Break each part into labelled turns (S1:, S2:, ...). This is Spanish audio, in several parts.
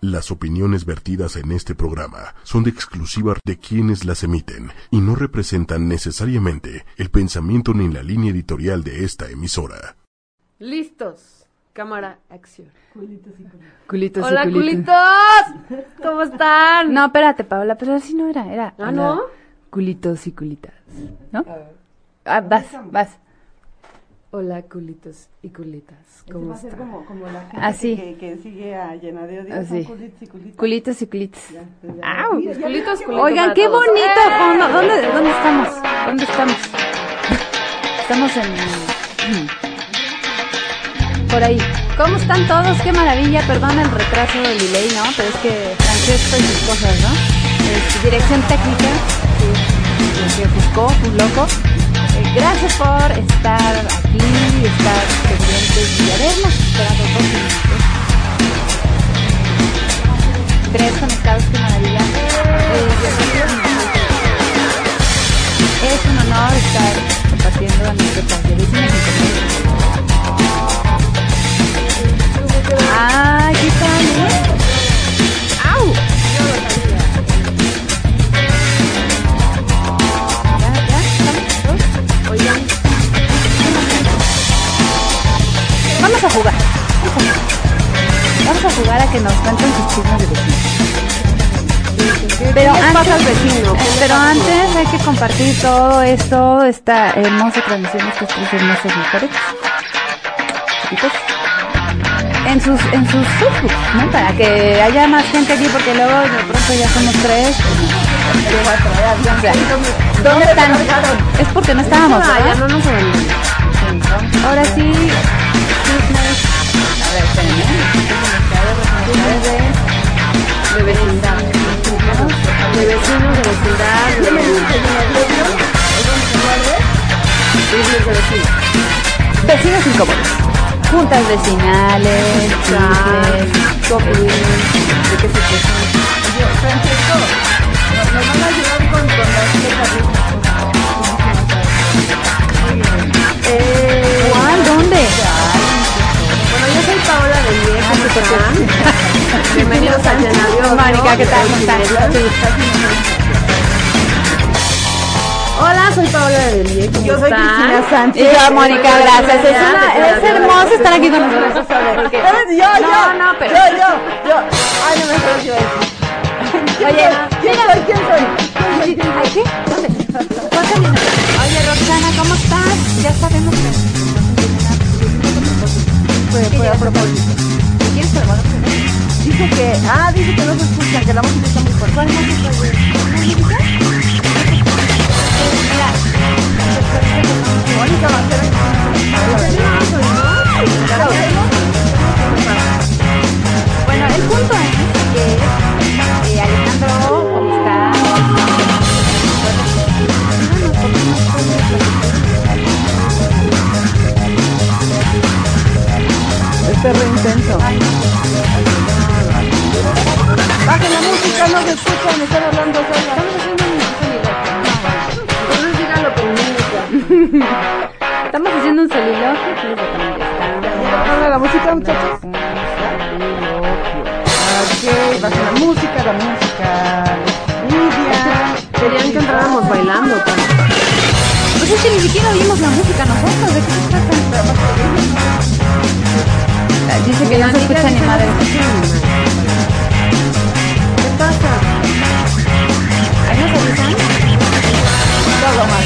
S1: Las opiniones vertidas en este programa son de exclusiva de quienes las emiten y no representan necesariamente el pensamiento ni la línea editorial de esta emisora.
S2: Listos. Cámara, acción.
S3: Culitos
S2: Hola,
S3: y culitos.
S2: culitos. ¿Cómo están?
S3: No, espérate, Paola, pero así no era, era.
S2: Ah,
S3: hola,
S2: ¿no?
S3: Culitos y culitas, ¿no? Ah, vas, vas.
S2: Hola, culitos y culitas.
S4: Ese
S2: ¿Cómo
S4: va a ser
S2: están?
S4: como, como la gente
S3: Así.
S4: que, que sigue a Llenadeo
S2: Ah,
S4: Díaz.
S3: Así.
S4: son culitos y culitos.
S3: Culitos y culitas.
S4: Ya, ya.
S3: ¡Au!
S4: Mira, ya
S2: Culitos,
S4: veo que-
S2: culitos.
S3: Oigan,
S2: para
S3: qué
S2: todos.
S3: bonito
S2: ¡Eh!
S3: fondo. ¿Dónde, dónde estamos? ¿Dónde estamos? Estamos en... Por ahí. ¿Cómo están todos? Qué maravilla. Perdona el retraso del delay, ¿no? Pero es que Francesco y sus cosas, ¿no? Este, dirección técnica. sí, lo que buscó, un loco. Eh, gracias por estar aquí, estar pendientes y habernos esperado dos minutos tres conectados, qué maravilla. Eh, bienvenidos. Es un honor estar compartiendo nuestro confidencia Ah, ¿qué tal? eh? ¡Au! Ya, ya, estamos todos. Oigan. Vamos a jugar. Vamos a jugar a que nos cuenten sus chismes de vecinos. Pero antes, pero antes hay que compartir todo esto, esta hermosa transmisión, estas tres hermosas mujeres. Chiquitas. En sus, en sus Facebook, ¿no? Para que haya más gente aquí, porque luego de pronto ya somos tres. O sea, ¿Dónde están? Es porque no estábamos,
S2: Ah, ya no
S3: ¿verdad?
S2: nos ven.
S3: Ahora sí, chismes. A ver, espérenme.
S2: De vecindad. De vecinos, de vecindad. De Chismes de vecinos.
S3: Vecinos incómodos. Juntas vecinales, chismes,
S2: ¿De qué se quejan?
S3: ¿Cuál? ¿Dónde?
S2: Bueno, yo soy Paola de
S3: Ah,
S2: Vieja, Bienvenidos a Llenadio.
S3: Mónica, ¿qué tal? ¿Cómo estás?
S2: Hola, soy Paola de Vieja.
S4: Yo soy Cristina Sánchez.
S3: Y yo, Mónica, gracias. Es, una- es hermoso estar aquí con nosotros. Porque-
S4: ¿Sabes?
S3: no,
S4: Yo, yo,
S3: no, pero.
S4: yo, yo, yo. Ay, no me acuerdo qué iba a decir.
S3: Oye,
S4: ¿Quién soy? ¿Quién soy?
S3: ¿ay, qué? ¿Dónde? Ponte bien. Oye, Roxana, ¿cómo estás? Ya sabemos que.
S4: Fue, fue a propósito.
S3: ¿Quieres probar otra vez?
S4: Dice que, ah, dice que no se escucha, que la música está muy fuerte.
S3: ¿Cuál música, güey? ¿Cuál música? Mira,
S4: Mónica Macera.
S3: Bueno, el punto es que eh, Alejandro, ¿cómo está?
S4: Este re intenso. Bajen la música, no se escuchan, están hablando solas.
S2: Entonces díganlo con música.
S3: Estamos haciendo un soliloquio. ¿quieres que también está?
S4: Bajen la música, muchachos. Ok, bajen la música, la música. Lidia.
S2: Querían que entráramos bailando.
S3: Pues es que ni siquiera oímos la música nosotros, ¿de qué se trata? Ah, Dice que no se escucha ni madre.
S2: ¿Qué pasa?
S3: ¿Ahí nos avisan? Todo más.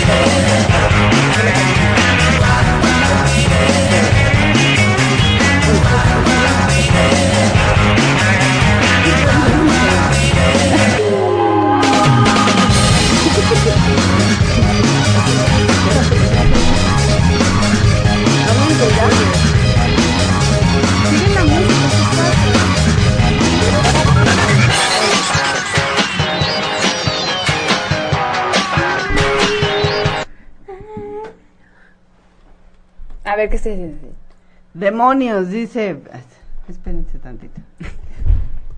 S3: A ver, ¿qué estoy diciendo?
S4: Demonios, dice. Espérense tantito.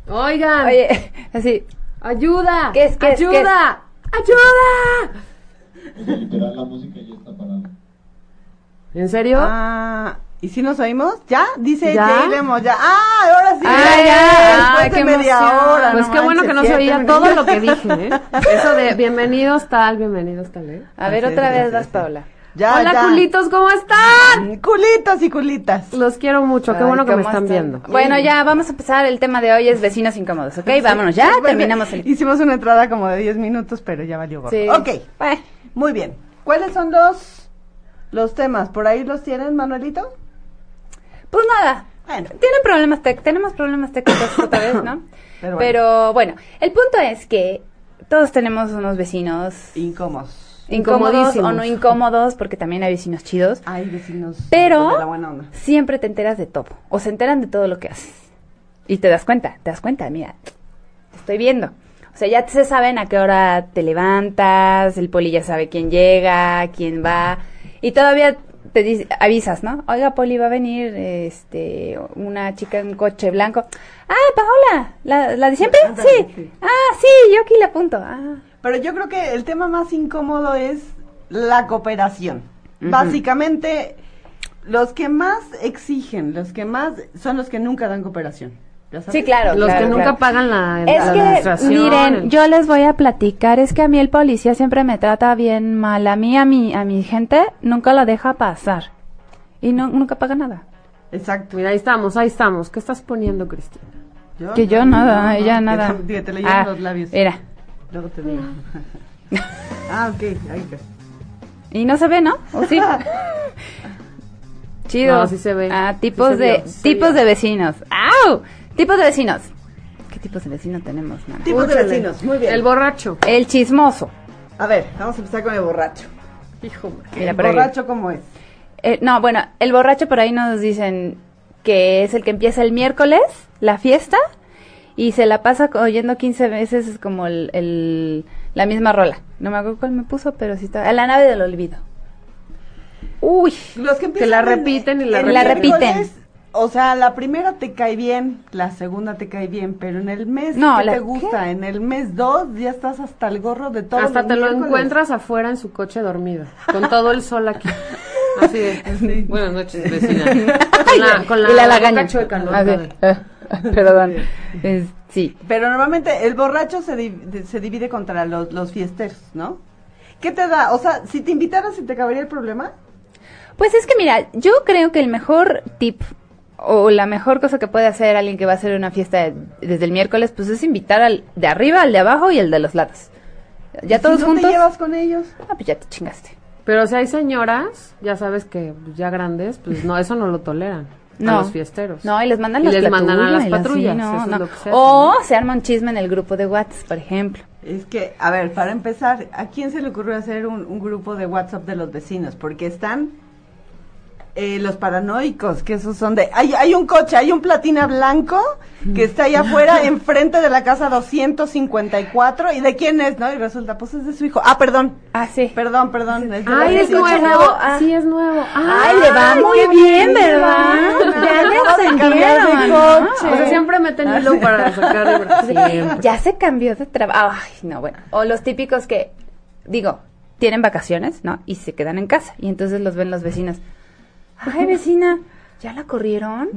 S2: Oigan,
S3: Oye, así.
S2: ayuda.
S3: ¿Qué es, qué es, qué es?
S2: ayuda. Ayuda.
S5: Literal, la música ya está parada.
S2: ¿En serio?
S4: Ah, ¿Y si nos oímos? ¿Ya? Dice
S2: ¿Ya?
S4: ya iremos ya. ¡Ah, ahora sí!
S2: Ay,
S4: ya!
S2: ay,
S4: Después de
S2: qué emoción.
S4: media hora.
S2: Pues
S4: no
S2: qué bueno
S4: manches,
S2: que no se
S4: siete
S2: oía
S4: minutos.
S2: todo lo que dije, ¿eh? Eso de bienvenidos tal, bienvenidos tal, ¿eh?
S3: A ver,
S4: Así es,
S3: otra
S4: así
S3: vez
S4: es,
S3: das,
S4: así es.
S3: Paula.
S4: Ya,
S2: Hola,
S4: ya.
S2: culitos, ¿cómo están?
S4: Culitos y culitas.
S2: Los quiero mucho, qué
S4: Ay,
S2: bueno que me
S4: ¿cómo
S2: están,
S4: están?
S2: viendo.
S3: Bueno, ya, vamos a empezar. El tema de hoy es vecinos incómodos, ¿ok? Vámonos ya, terminamos el...
S4: Hicimos una entrada como de 10 minutos, pero ya valió gorro.
S2: Sí.
S4: Ok,
S3: Bueno,
S4: muy bien. ¿Cuáles son los, los temas? ¿Por ahí los tienen, Manuelito?
S3: Pues nada,
S4: Bueno.
S3: tienen problemas tec- tenemos problemas técnicos otra vez, ¿no?
S4: Pero bueno.
S3: Pero bueno. el punto es que todos tenemos unos vecinos
S4: Incómodos.
S3: incómodos o no
S2: Incomodísimos.
S3: incómodos, porque también hay vecinos chidos,
S4: Ay, vecinos.
S3: Pero-
S4: de la buena onda.
S3: siempre te enteras de todo, o se enteran de todo lo que haces. Y te das cuenta, te das cuenta, mira, te estoy viendo. O sea, ya se saben a qué hora te levantas, el poli ya sabe quién llega, quién va, y todavía te dice- avisas, ¿no? Oiga, poli, va a venir este, una chica en coche blanco. Ah, Paola, ¿la, la de siempre? Sí. Ah, sí, yo aquí la apunto. Ah.
S4: Pero yo creo que el tema más incómodo es la cooperación. Básicamente, los que más exigen, los que más son los que nunca dan cooperación. ¿Ya sabes?
S3: Sí, claro.
S2: Los que
S3: claro,
S2: nunca
S3: claro.
S2: pagan la, la
S3: Es que,
S2: administración, el-
S3: miren, yo les voy a platicar, es que a mí el policía siempre me trata bien mal, a mí, a mi, a mi gente, nunca la deja pasar. Y no, nunca paga nada.
S4: Exacto.
S2: Mira, ahí estamos, ahí estamos. ¿Qué estás poniendo, Cristina?
S3: que yo nada,
S4: no,
S3: ella
S4: no,
S3: nada.
S4: Que te, que te leyeron
S3: Ah,
S4: los labios.
S3: Mira,
S4: Luego te digo. ah, ok. ahí está.
S3: y no se ve, ¿no? ¿O sí? Chido.
S2: No, sí se ve.
S3: Ah,
S2: Sí
S3: tipos
S2: se
S3: de,
S2: vio, sí
S3: tipos
S2: vio.
S3: de vecinos. ¡Au! Tipos de vecinos. ¿Qué tipos de vecinos tenemos, mamá?
S4: Tipos de
S2: Úchale.
S4: vecinos. Muy bien.
S2: El borracho.
S3: El chismoso.
S4: a ver, vamos a empezar con el borracho.
S2: Hijo, man.
S3: Mira,
S4: ¿El
S3: por ahí.
S4: borracho cómo es?
S3: Eh, no, bueno, el borracho por ahí nos dicen que es el que empieza el miércoles, la fiesta, y se la pasa co- oyendo 15 veces es como el, el- la misma rola. No me acuerdo cuál me puso, pero sí está. A la nave del olvido. Uy.
S4: Los que,
S2: Que la repiten y la
S4: en
S3: repiten.
S4: miércoles, O sea, la primera te cae bien, la segunda te cae bien, pero en el mes
S3: No,
S4: que
S3: la-
S4: te gusta, en el mes dos ya estás hasta el gorro de todo.
S2: Hasta te lo encuentras afuera en su coche dormido, con todo el sol aquí. Así de. Buenas noches, vecina. Con la, con la,
S3: y la
S2: boca
S3: lagaña.
S2: chueca, ¿no?
S3: Ah, sí. Perdón. Es- sí.
S4: Pero normalmente el borracho se, di- de- se divide contra los, los fiesteros, ¿no? ¿Qué te da? O sea, si te invitaran, ¿se te acabaría el problema?
S3: Pues es que mira, yo creo que el mejor tip o la mejor cosa que puede hacer alguien que va a hacer una fiesta de- desde el miércoles, pues es invitar al de arriba, al de abajo y al de los lados.
S4: ¿Y
S3: Ya
S4: si
S3: todos
S4: no
S3: juntos.
S4: te llevas con ellos?
S3: Ah, pues ya te chingaste.
S2: Pero si hay señoras, ya sabes que pues, ya grandes, pues no, eso no lo toleran.
S3: No.
S2: A los fiesteros.
S3: No, y les mandan
S2: Y
S3: las
S2: les
S3: patrullas.
S2: mandan a las
S3: y las- sí,
S2: patrullas,
S3: no,
S2: eso es
S3: no.
S2: lo que se hace,
S3: o
S2: ¿no?
S3: se arma un chisme en el grupo de WhatsApp, por ejemplo.
S4: Es que, a ver, para empezar, ¿a quién se le ocurrió hacer un, un grupo de WhatsApp de los vecinos? Porque están eh, los paranoicos, que esos son de... Hay, hay un coche, hay un platina blanco que está allá afuera, enfrente de la casa 254, ¿y de quién es? ¿No? Y resulta, pues es de su hijo. Ah, perdón,
S3: Ah, sí.
S4: perdón, perdón. es de la
S2: Ay, es
S4: 18.
S2: nuevo. Sí, es nuevo.
S3: ah. Ay, le va
S4: Ay,
S3: muy
S4: qué
S3: bien,
S4: bien,
S3: ¿verdad?
S4: ¿verdad?
S3: Ya le
S4: Vamos a cambiar de
S3: ascendieron. ¿no?
S4: coche.
S2: O sea, siempre meten hilo para sacar de siempre.
S3: Ya se cambió de trabajo. Ay, no, bueno. O los típicos que, digo, tienen vacaciones, ¿no? Y se quedan en casa. Y entonces los ven los vecinos. Ay, vecina, ¿ya la corrieron?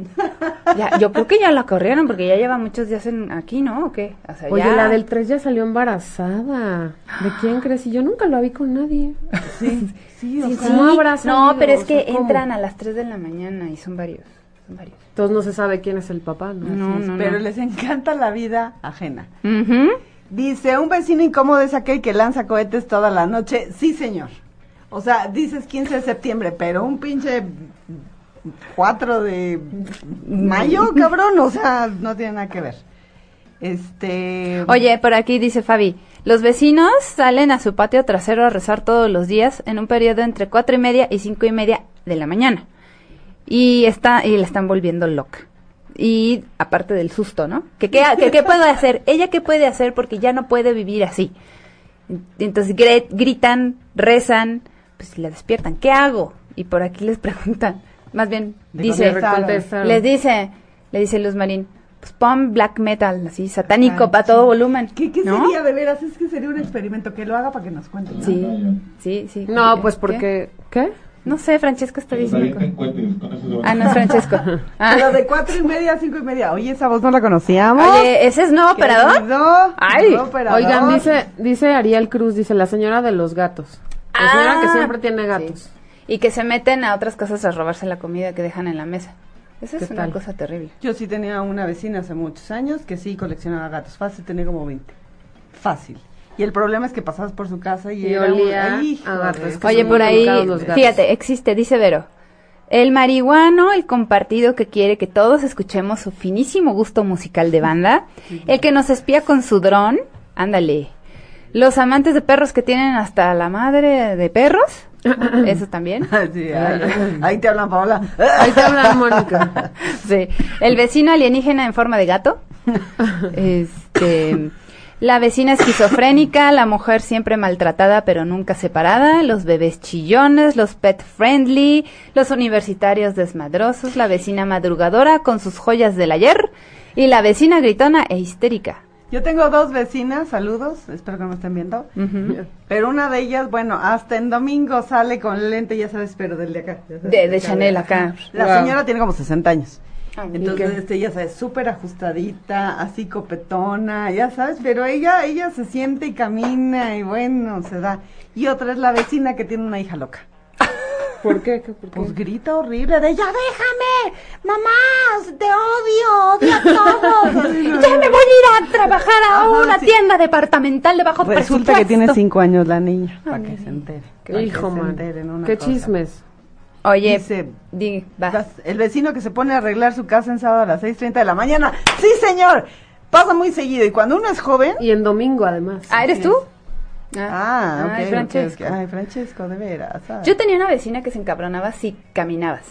S3: Ya, yo creo que ya la corrieron porque ya lleva muchos días en, aquí, ¿no? ¿O qué? O sea,
S2: Oye,
S3: ya-
S2: la del 3 ya salió embarazada. ¿De quién crees? Y yo nunca la vi con nadie.
S4: Sí, sí, o
S2: Sí,
S4: sea,
S2: ¿Cómo habrá
S3: No,
S2: salido?
S3: pero es
S2: O sea,
S3: que
S2: ¿cómo?
S3: entran a las 3 de la mañana y son varios. Son varios.
S2: Entonces no se sabe quién es el papá, ¿no?
S3: No, no,
S4: pero
S3: no.
S4: les encanta la vida ajena.
S3: Ujú.
S4: Dice, un vecino incómodo es aquel que lanza cohetes toda la noche. Sí, señor. O sea, dices 15 de septiembre, pero un pinche 4 de mayo, cabrón. O sea, no tiene nada que ver. Este...
S3: Oye, por aquí dice Fabi, los vecinos salen a su patio trasero a rezar todos los días en un periodo entre cuatro y media y cinco y media de la mañana. Y está, y la están volviendo loca. Y aparte del susto, ¿no? ¿Qué, qué, que qué puedo hacer? ¿Ella qué puede hacer? Porque ya no puede vivir así. Entonces gre- gritan, rezan, pues si la despiertan, ¿qué hago? Y por aquí les preguntan, más bien,
S4: De
S3: dice,
S4: contestar.
S2: Contestaron.
S3: les dice, le dice Luz Marín, pues pon black metal, así, satánico,
S4: Ajá,
S3: para todo volumen.
S4: ¿Qué, qué
S3: ¿no?
S4: sería de veras? Es que sería un experimento que lo haga para que nos cuenten. ¿no?
S3: Sí, sí, sí.
S2: No, pues porque... ¿Qué?
S3: No sé, Francesco está diciendo. Ah, no es Francesco. Ah.
S4: Pero de cuatro y media a cinco y media. Oye, esa voz no la conocíamos.
S3: Oye, ¿ese es nuevo operador?
S4: Querido,
S3: Ay,
S4: no, operador.
S2: Oigan, dice, dice Ariel Cruz, dice la señora de los gatos. La señora que
S3: Ah.
S2: siempre tiene gatos.
S3: Y que se meten a otras casas a robarse la comida que dejan en la mesa. Esa es
S2: ¿Qué
S3: una
S2: tal?
S3: cosa terrible.
S4: Yo sí tenía una vecina hace muchos años que sí coleccionaba gatos. Fácil, tenía como 20. Fácil. Y el problema es que pasabas por su casa y,
S2: Y
S4: era un-
S2: olía
S4: ¡Ay, hijo
S2: a gato,
S4: de-
S2: es que
S3: Oye,
S2: son
S3: por
S2: muy
S3: ahí,
S2: educados los gatos.
S3: fíjate, existe, dice Vero. El marihuano, el compartido que quiere que todos escuchemos su finísimo gusto musical de banda, el que nos espía con su dron, ándale. Los amantes de perros que tienen hasta la madre de perros, eso también.
S4: Sí, ay, ahí te hablan, Paola.
S2: Ahí te habla Mónica.
S3: Sí. El vecino alienígena en forma de gato. Este, la vecina esquizofrénica, la mujer siempre maltratada pero nunca separada, los bebés chillones, los pet friendly, los universitarios desmadrosos, la vecina madrugadora con sus joyas del ayer y la vecina gritona e histérica.
S4: Yo tengo dos vecinas, saludos, espero que no me estén viendo.
S3: Ujú.
S4: Pero una de ellas, bueno, hasta en domingo sale con lente, ya sabes, pero del de acá. ya sabes,
S3: De- de Chanel acá.
S4: La
S3: Wow.
S4: señora tiene como 60 años.
S3: Ah, ¿y
S4: Entonces,
S3: qué?
S4: este, ya sabes, súper ajustadita, así copetona, ya sabes, pero ella, ella se siente y camina y bueno, se da. Y otra es la vecina que tiene una hija loca.
S2: ¿Por qué? ¿Qué- por qué?
S4: Pues grita horrible de ya déjame, mamá, te odio, odio a todos. Así, no,
S3: Ya me voy a ir a trabajar a
S4: Ajá,
S3: una
S4: sí.
S3: tienda departamental de bajo
S4: Resulta que tiene
S3: presupuesto.
S4: cinco años la niña, para que se entere. para que
S2: Hijo,
S4: se
S2: man.
S4: enteren una
S2: Qué
S4: cosa.
S2: chismes.
S3: Oye,
S4: Dice,
S3: di, va.
S4: Vas- El vecino que se pone a arreglar su casa en sábado a las 6.30 de la mañana. Sí, señor. Pasa muy seguido. Y cuando uno es joven...
S2: Y en domingo, además.
S3: Ah, ¿eres tú?
S4: Ah, ok,
S3: Ay,
S4: ok,
S3: Francesco.
S4: ok. Ay, Francesco, de veras. ah.
S3: Yo tenía una vecina que se encabronaba si caminabas.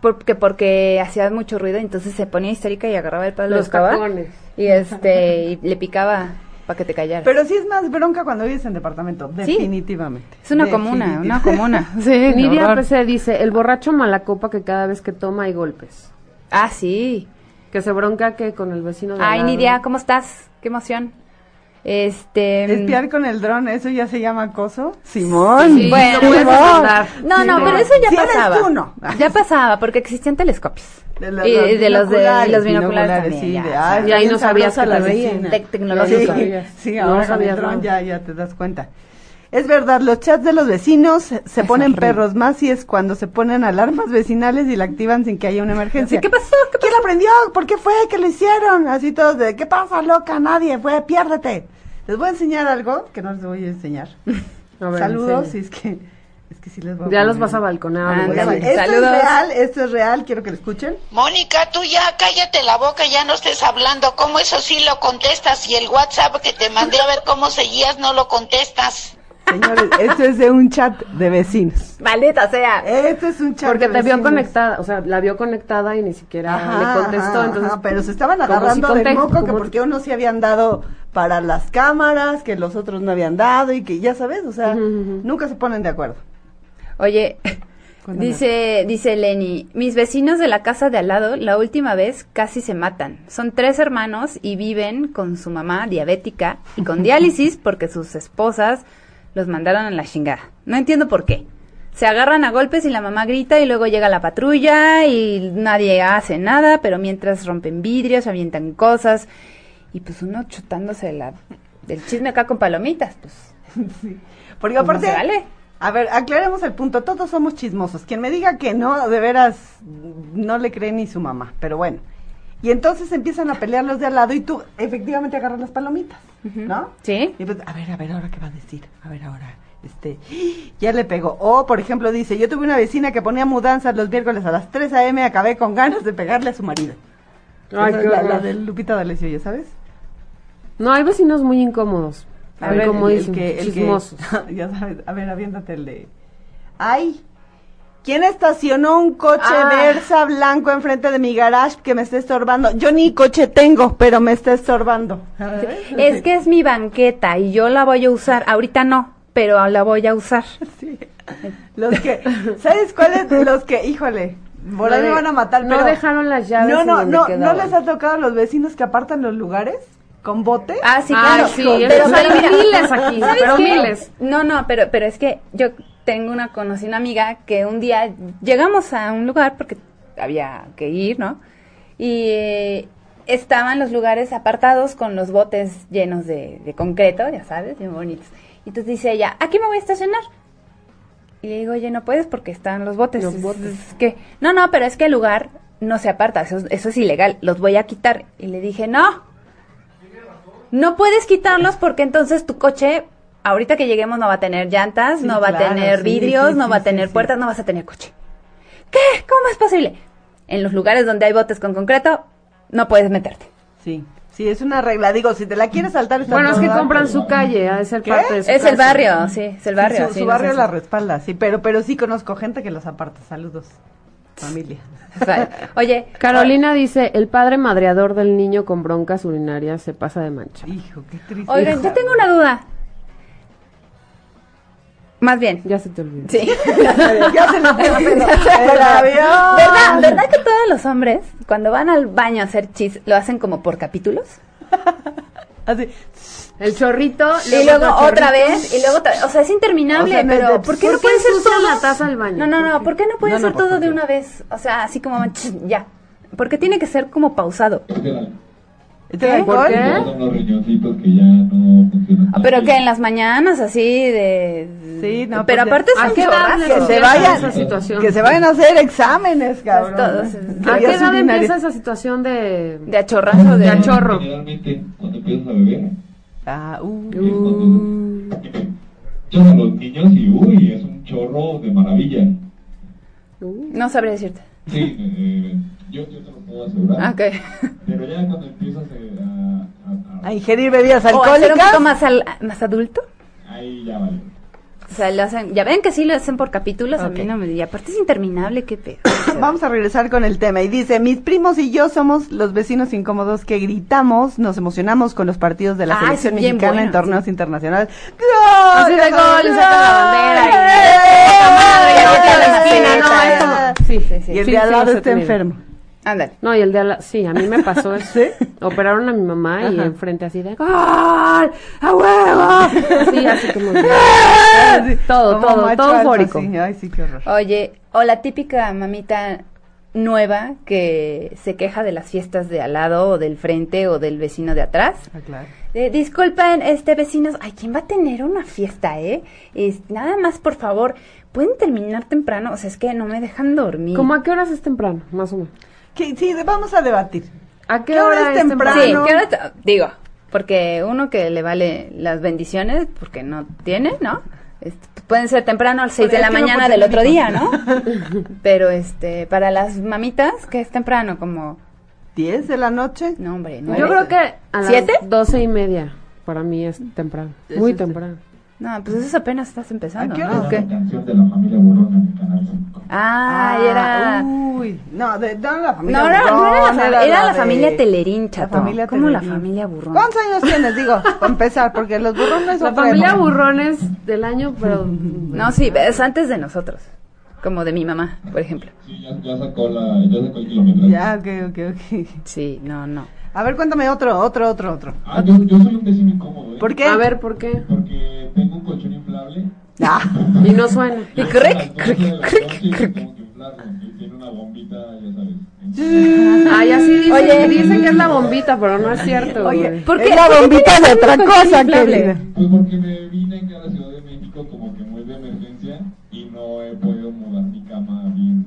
S3: Porque, porque hacía mucho ruido, entonces se ponía histérica y agarraba el palo
S2: Los
S3: del caballo
S2: tacones.
S3: Y este, y le picaba para que te callaras.
S4: Pero sí es más bronca cuando vives en departamento, definitivamente.
S3: es una comuna,
S4: Definitivamente.
S3: una comuna. pues, Sí, qué
S2: Nidia
S3: horror.
S2: PC dice, el borracho mala copa que cada vez que toma hay golpes.
S3: Ah, sí.
S2: Que se bronca que con el vecino de al
S3: Ay,
S2: lado.
S3: Nidia, ¿cómo estás? Qué emoción. Este.
S4: Espiar con el dron, ¿eso ya se llama acoso? Simón.
S2: Sí,
S3: bueno,
S2: lo puedes
S3: Simón.
S2: mandar.
S3: No, no,
S2: Simón.
S3: pero eso ya
S4: Si eres
S3: pasaba.
S4: tú, no.
S3: Ya pasaba, porque existían telescopios.
S4: De
S3: y y de los de y los binoculares,
S4: sí,
S3: también, ya,
S4: de,
S3: o sea,
S4: ay,
S2: Y ahí
S4: bien
S2: no sabías
S4: sabrosa
S2: que
S4: la
S2: te veían.
S4: vecina.
S3: Tec- tecnológico.
S2: No
S4: Sí,
S2: sabías.
S4: sí,
S2: No
S4: ahora con el
S2: sabías
S4: dron
S2: nada.
S4: ya, ya te das cuenta. Es verdad, los chats de los vecinos se se ponen
S3: horrible.
S4: perros más si es cuando se ponen alarmas vecinales y la activan sin que haya una emergencia.
S3: Sí, ¿Qué pasó? ¿Qué
S4: ¿Quién aprendió? ¿Por qué fue? ¿Qué lo hicieron? Así todos de, ¿qué pasa, loca? Nadie fue, piérdete. Les voy a enseñar algo que no les voy a enseñar.
S2: A ver,
S4: Saludos,
S2: enseña.
S4: y es que, es que sí les voy a
S2: Ya los
S4: poner.
S2: vas a balconar.
S3: Ah,
S2: güey.
S3: ándale.
S4: Esto
S3: Saludos.
S4: es real, esto es real, quiero que lo escuchen.
S5: Mónica, tú ya cállate la boca, ya no estés hablando. ¿Cómo eso sí lo contestas? Y el WhatsApp que te mandé a ver cómo seguías no lo contestas.
S4: Señores, esto es de un chat de vecinos.
S3: Maldita sea.
S4: Esto es un chat
S2: Porque
S4: de
S2: te vio
S4: vecinos.
S2: conectada, o sea, la vio conectada y ni siquiera
S4: Ajá,
S2: le contestó.
S4: ajá,
S2: entonces,
S4: ajá, pero se estaban
S2: como si
S4: agarrando del
S2: conte-
S4: moco que
S2: como-
S4: porque unos se habían dado para las cámaras, que los otros no habían dado y que ya sabes, o sea,
S2: Ujú, ujú.
S4: nunca se ponen de acuerdo.
S3: Oye,
S4: Cuéntame.
S3: dice, dice Lenny, mis vecinos de la casa de al lado la última vez casi se matan. Son tres hermanos y viven con su mamá diabética y con diálisis porque sus esposas los mandaron a la chingada. No entiendo por qué. Se agarran a golpes y la mamá grita y luego llega la patrulla y nadie hace nada, pero mientras rompen vidrios, avientan cosas y pues uno chutándose la, del chisme acá con palomitas, pues.
S4: Porque
S3: Pues no
S4: aparte,
S3: se vale.
S4: a ver, aclaremos el punto, todos somos chismosos. Quien me diga que no, de veras, no le cree ni su mamá, pero bueno. Y entonces empiezan a pelear los de al lado y tú efectivamente agarras las palomitas, ¿no?
S3: ¿Sí?
S4: Y pues, a ver, a ver, ahora qué va a decir, a ver, ahora, este, ya le pegó. O, por ejemplo, dice, yo tuve una vecina que ponía mudanzas los miércoles a las 3 a.m., acabé con ganas de pegarle a su marido.
S2: Ay,
S4: Esa
S2: qué
S4: es la,
S2: horror.
S4: la de Lupita D'Alessio, ya sabes.
S2: No, hay vecinos muy incómodos.
S4: A
S2: Muy
S4: ver, el- el,
S2: incomodísimos,
S4: que, el que-
S2: chismosos.
S4: ya sabes, a ver, aviéntate el de... Ay, ¿quién estacionó un coche
S2: Ah.
S4: Versa blanco enfrente de mi garage que me está estorbando? Yo ni coche tengo, pero me está estorbando.
S3: Es que es mi banqueta y yo la voy a usar. Ahorita no, pero la voy a usar.
S4: Sí. Los que, ¿sabes cuáles? Los que, híjole, por
S2: No
S4: ahí me
S2: de-
S4: van a matar,
S2: no
S4: pero-
S2: dejaron las llaves
S4: No,
S2: en
S4: no,
S2: donde
S4: no, no
S2: quedaban.
S4: les ha tocado a los vecinos que apartan los lugares con bote.
S3: Ah, sí,
S2: Ah,
S3: claro.
S2: sí, esos hay miles aquí,
S3: ¿sabes
S2: pero
S3: qué?
S2: miles.
S3: No, no, pero, pero es que yo tengo una conocida una amiga que un día llegamos a un lugar porque había que ir, ¿no? Y eh, estaban los lugares apartados con los botes llenos de, de concreto, ya sabes, bien bonitos. Y entonces dice ella, aquí me voy a estacionar. Y le digo, oye, no puedes porque están los botes.
S2: Los
S3: Es-
S2: botes.
S3: es que, no, no, pero es que el lugar no se aparta, eso, es- eso es ilegal, los voy a quitar. Y le dije, no, no puedes quitarlos porque entonces tu coche, ahorita que lleguemos, no va a tener llantas,
S4: Sí,
S3: no va
S4: claro,
S3: a tener
S4: sí,
S3: vidrios,
S4: sí,
S3: no
S4: sí,
S3: va a
S4: sí,
S3: tener
S4: sí.
S3: puertas, no vas a tener coche. ¿Qué? ¿Cómo es posible? En los lugares donde hay botes con concreto, no puedes meterte.
S4: Sí, sí, es una regla. Digo, si te la quieres saltar, está
S2: Bueno, es
S4: todo
S2: que
S4: dar,
S2: compran
S4: pero-
S2: su calle, ah, es el
S4: ¿Qué?
S2: parte de su
S3: Es el
S2: casa.
S3: barrio, sí, es el barrio.
S4: Sí, su,
S3: sí,
S4: su
S3: no
S4: barrio
S3: sé,
S4: la
S3: sí.
S4: respalda, sí, pero, pero sí conozco gente que los aparta. Saludos, familia.
S3: O sea, Oye,
S2: Carolina dice, el padre madreador del niño con broncas urinarias se pasa de mancha.
S4: Hijo, qué triste.
S3: Oigan, yo tengo una duda. Más bien.
S2: Ya se te olvidó.
S3: Sí.
S4: ya se nos fue el pedo. El avión.
S3: ¿Verdad, ¿Verdad que todos los hombres, cuando van al baño a hacer chis, lo hacen como por capítulos?
S4: Así,
S2: El chorrito.
S3: Y luego
S2: otro
S3: otra
S2: chorrito.
S3: vez, y luego otra O sea, es interminable,
S4: O sea, no es
S3: pero
S4: de-
S3: ¿por qué no
S2: ¿por qué
S3: puede ser
S2: ensucian
S3: todo?
S2: la taza del baño?
S3: No, no, no,
S2: ¿Por
S3: ¿por qué no puede
S4: No, no,
S3: ser
S4: por
S3: todo de
S4: favor.
S3: una vez? O sea, así como, chis, ya. Porque tiene que ser como pausado.
S4: ¿Te da
S2: ¿Por
S4: alcohol?
S2: qué?
S6: Son unos riñoncitos que ya no funcionan.
S3: Ah, Pero que en las mañanas, así de...
S4: Sí, no,
S3: Pero
S4: pues,
S3: aparte es
S2: ¿A
S3: un
S2: qué edad
S3: chorrazo.
S4: Que se
S2: empieza
S4: vayan.
S2: esa situación?
S4: Que se vayan a hacer exámenes, cabrón.
S3: Pues todos.
S2: ¿A qué
S4: Querías
S2: edad
S4: urinar.
S2: empieza esa situación de...
S3: De achorrazo, de...
S2: De achorrazo. chorro.
S6: Generalmente, cuando empiezas a beber,
S4: Ah, uh.
S6: es
S3: Uh.
S6: cuando echas a los niños y uy, es un chorro de maravilla.
S2: uh?
S3: No sabría decirte.
S6: Sí, eh, yo, yo te lo puedo asegurar.
S3: Ah, Ok.
S6: Pero ya cuando empiezas eh, a. a,
S4: A ingerir bebidas
S3: O hacer un
S4: alcohólicas.
S3: poco más, al- más adulto.
S6: a ahí ya vale.
S3: O sea, lo hacen, ya ven que sí lo hacen por capítulos,
S4: Ok.
S3: a mí no me... Y aparte es interminable, qué pedo.
S4: Vamos a regresar con el tema y dice, mis primos y yo somos los vecinos incómodos que gritamos, nos emocionamos con los partidos de la
S3: Ah,
S4: selección
S3: sí, bien
S4: mexicana
S3: bueno,
S4: en torneos
S3: sí.
S4: internacionales.
S2: Así de gol, y saca la bandera, y-
S4: ¡Eh!
S2: ¡Puta madre! Y voltea a la esquina, no,
S4: ¡Eh!
S2: esto no. Sí, sí, sí.
S4: Y el
S2: Sí,
S4: de
S2: sí,
S4: al lado
S2: los he
S4: está
S2: tenido.
S4: enfermo.
S3: Ándale.
S2: No, y el de ala, sí, a mí me pasó eso. Operaron a mi mamá y
S4: Ajá.
S2: enfrente así de ¡Gol! ¡A huevo! Sí, así como... ¡Eh! todo,
S4: Como
S2: todo,
S4: macho
S2: todo
S4: alfa,
S2: eufórico.
S4: sí. Ay, sí, qué horror.
S3: Oye, o la típica mamita nueva que se queja de las fiestas de al lado o del frente o del vecino de atrás.
S4: Ah, claro.
S3: De, disculpen, este vecinos, ay, ¿quién va a tener una fiesta, eh? Es- nada más, por favor, pueden terminar temprano, o sea, es que no me dejan dormir.
S2: ¿Cómo a qué horas es temprano, más o menos?
S4: Que- sí, de- vamos a debatir.
S2: ¿A qué,
S4: ¿Qué hora es temprano?
S3: Sí,
S4: no?
S3: ¿qué hora te- digo, porque uno que le vale las bendiciones porque no tiene, ¿no? Este, pueden ser temprano, a las 6 de
S4: Pues Es
S3: la
S4: que no
S3: mañana
S4: puedo
S3: del otro
S4: tener
S3: día, ¿no? Pero este, para las mamitas, que es temprano, como,
S4: ¿10 de la noche?
S3: no, hombre, no.
S2: Yo creo que a las
S3: ¿Siete?
S2: doce y media para mí es temprano, muy temprano.
S3: No, pues eso es apenas estás empezando,
S4: ¿A qué
S3: ¿no?
S4: hora?
S3: ¿O
S6: Era
S3: qué?
S6: la canción de la familia burrona en el canal 5.
S3: Ah, era...
S4: Uy, no, de, no era la familia.
S3: No, no, no era la,
S4: burrona,
S3: fam- era la
S4: de-
S3: familia Telerín,
S4: La
S3: chato.
S4: familia
S3: ¿Cómo la
S4: Telerín.
S3: familia burrona?
S4: ¿Cuántos años tienes? Digo, para empezar, porque los burrones
S2: La
S4: otra
S2: familia
S4: época.
S2: burrones del año, pero...
S3: No, sí, es antes de nosotros, como de mi mamá, por ejemplo.
S6: Sí, ya, ya sacó la, ya sacó el kilometraje.
S4: Ya, ok, ok, ok.
S3: Sí, no, no.
S4: A ver, cuéntame otro, otro, otro, otro.
S6: Ah, yo, yo soy un vecino incómodo, ¿eh?
S4: ¿Por qué?
S2: A ver, ¿por qué?
S6: Porque tengo un colchón inflable.
S4: Ah,
S2: Y no suena.
S3: Y
S6: Yo a las
S3: cric,
S6: 12 de la
S3: cric,
S6: noche
S3: cric, cric.
S6: tengo que inflarlo, y Tiene una bombita, ya sabes.
S2: Ay, así dicen,
S3: Oye.
S2: dicen que es la bombita, pero no es cierto.
S4: oye,
S2: güey.
S3: ¿Por
S4: es
S3: qué?
S4: la
S3: ¿Por qué
S4: bombita
S3: tienes
S4: de
S3: un
S4: otra
S3: coche
S4: cosa,
S3: inflable?
S4: querida.
S6: Pues porque me vine aquí a la Ciudad de México como que muy de emergencia y no he podido mudar mi cama bien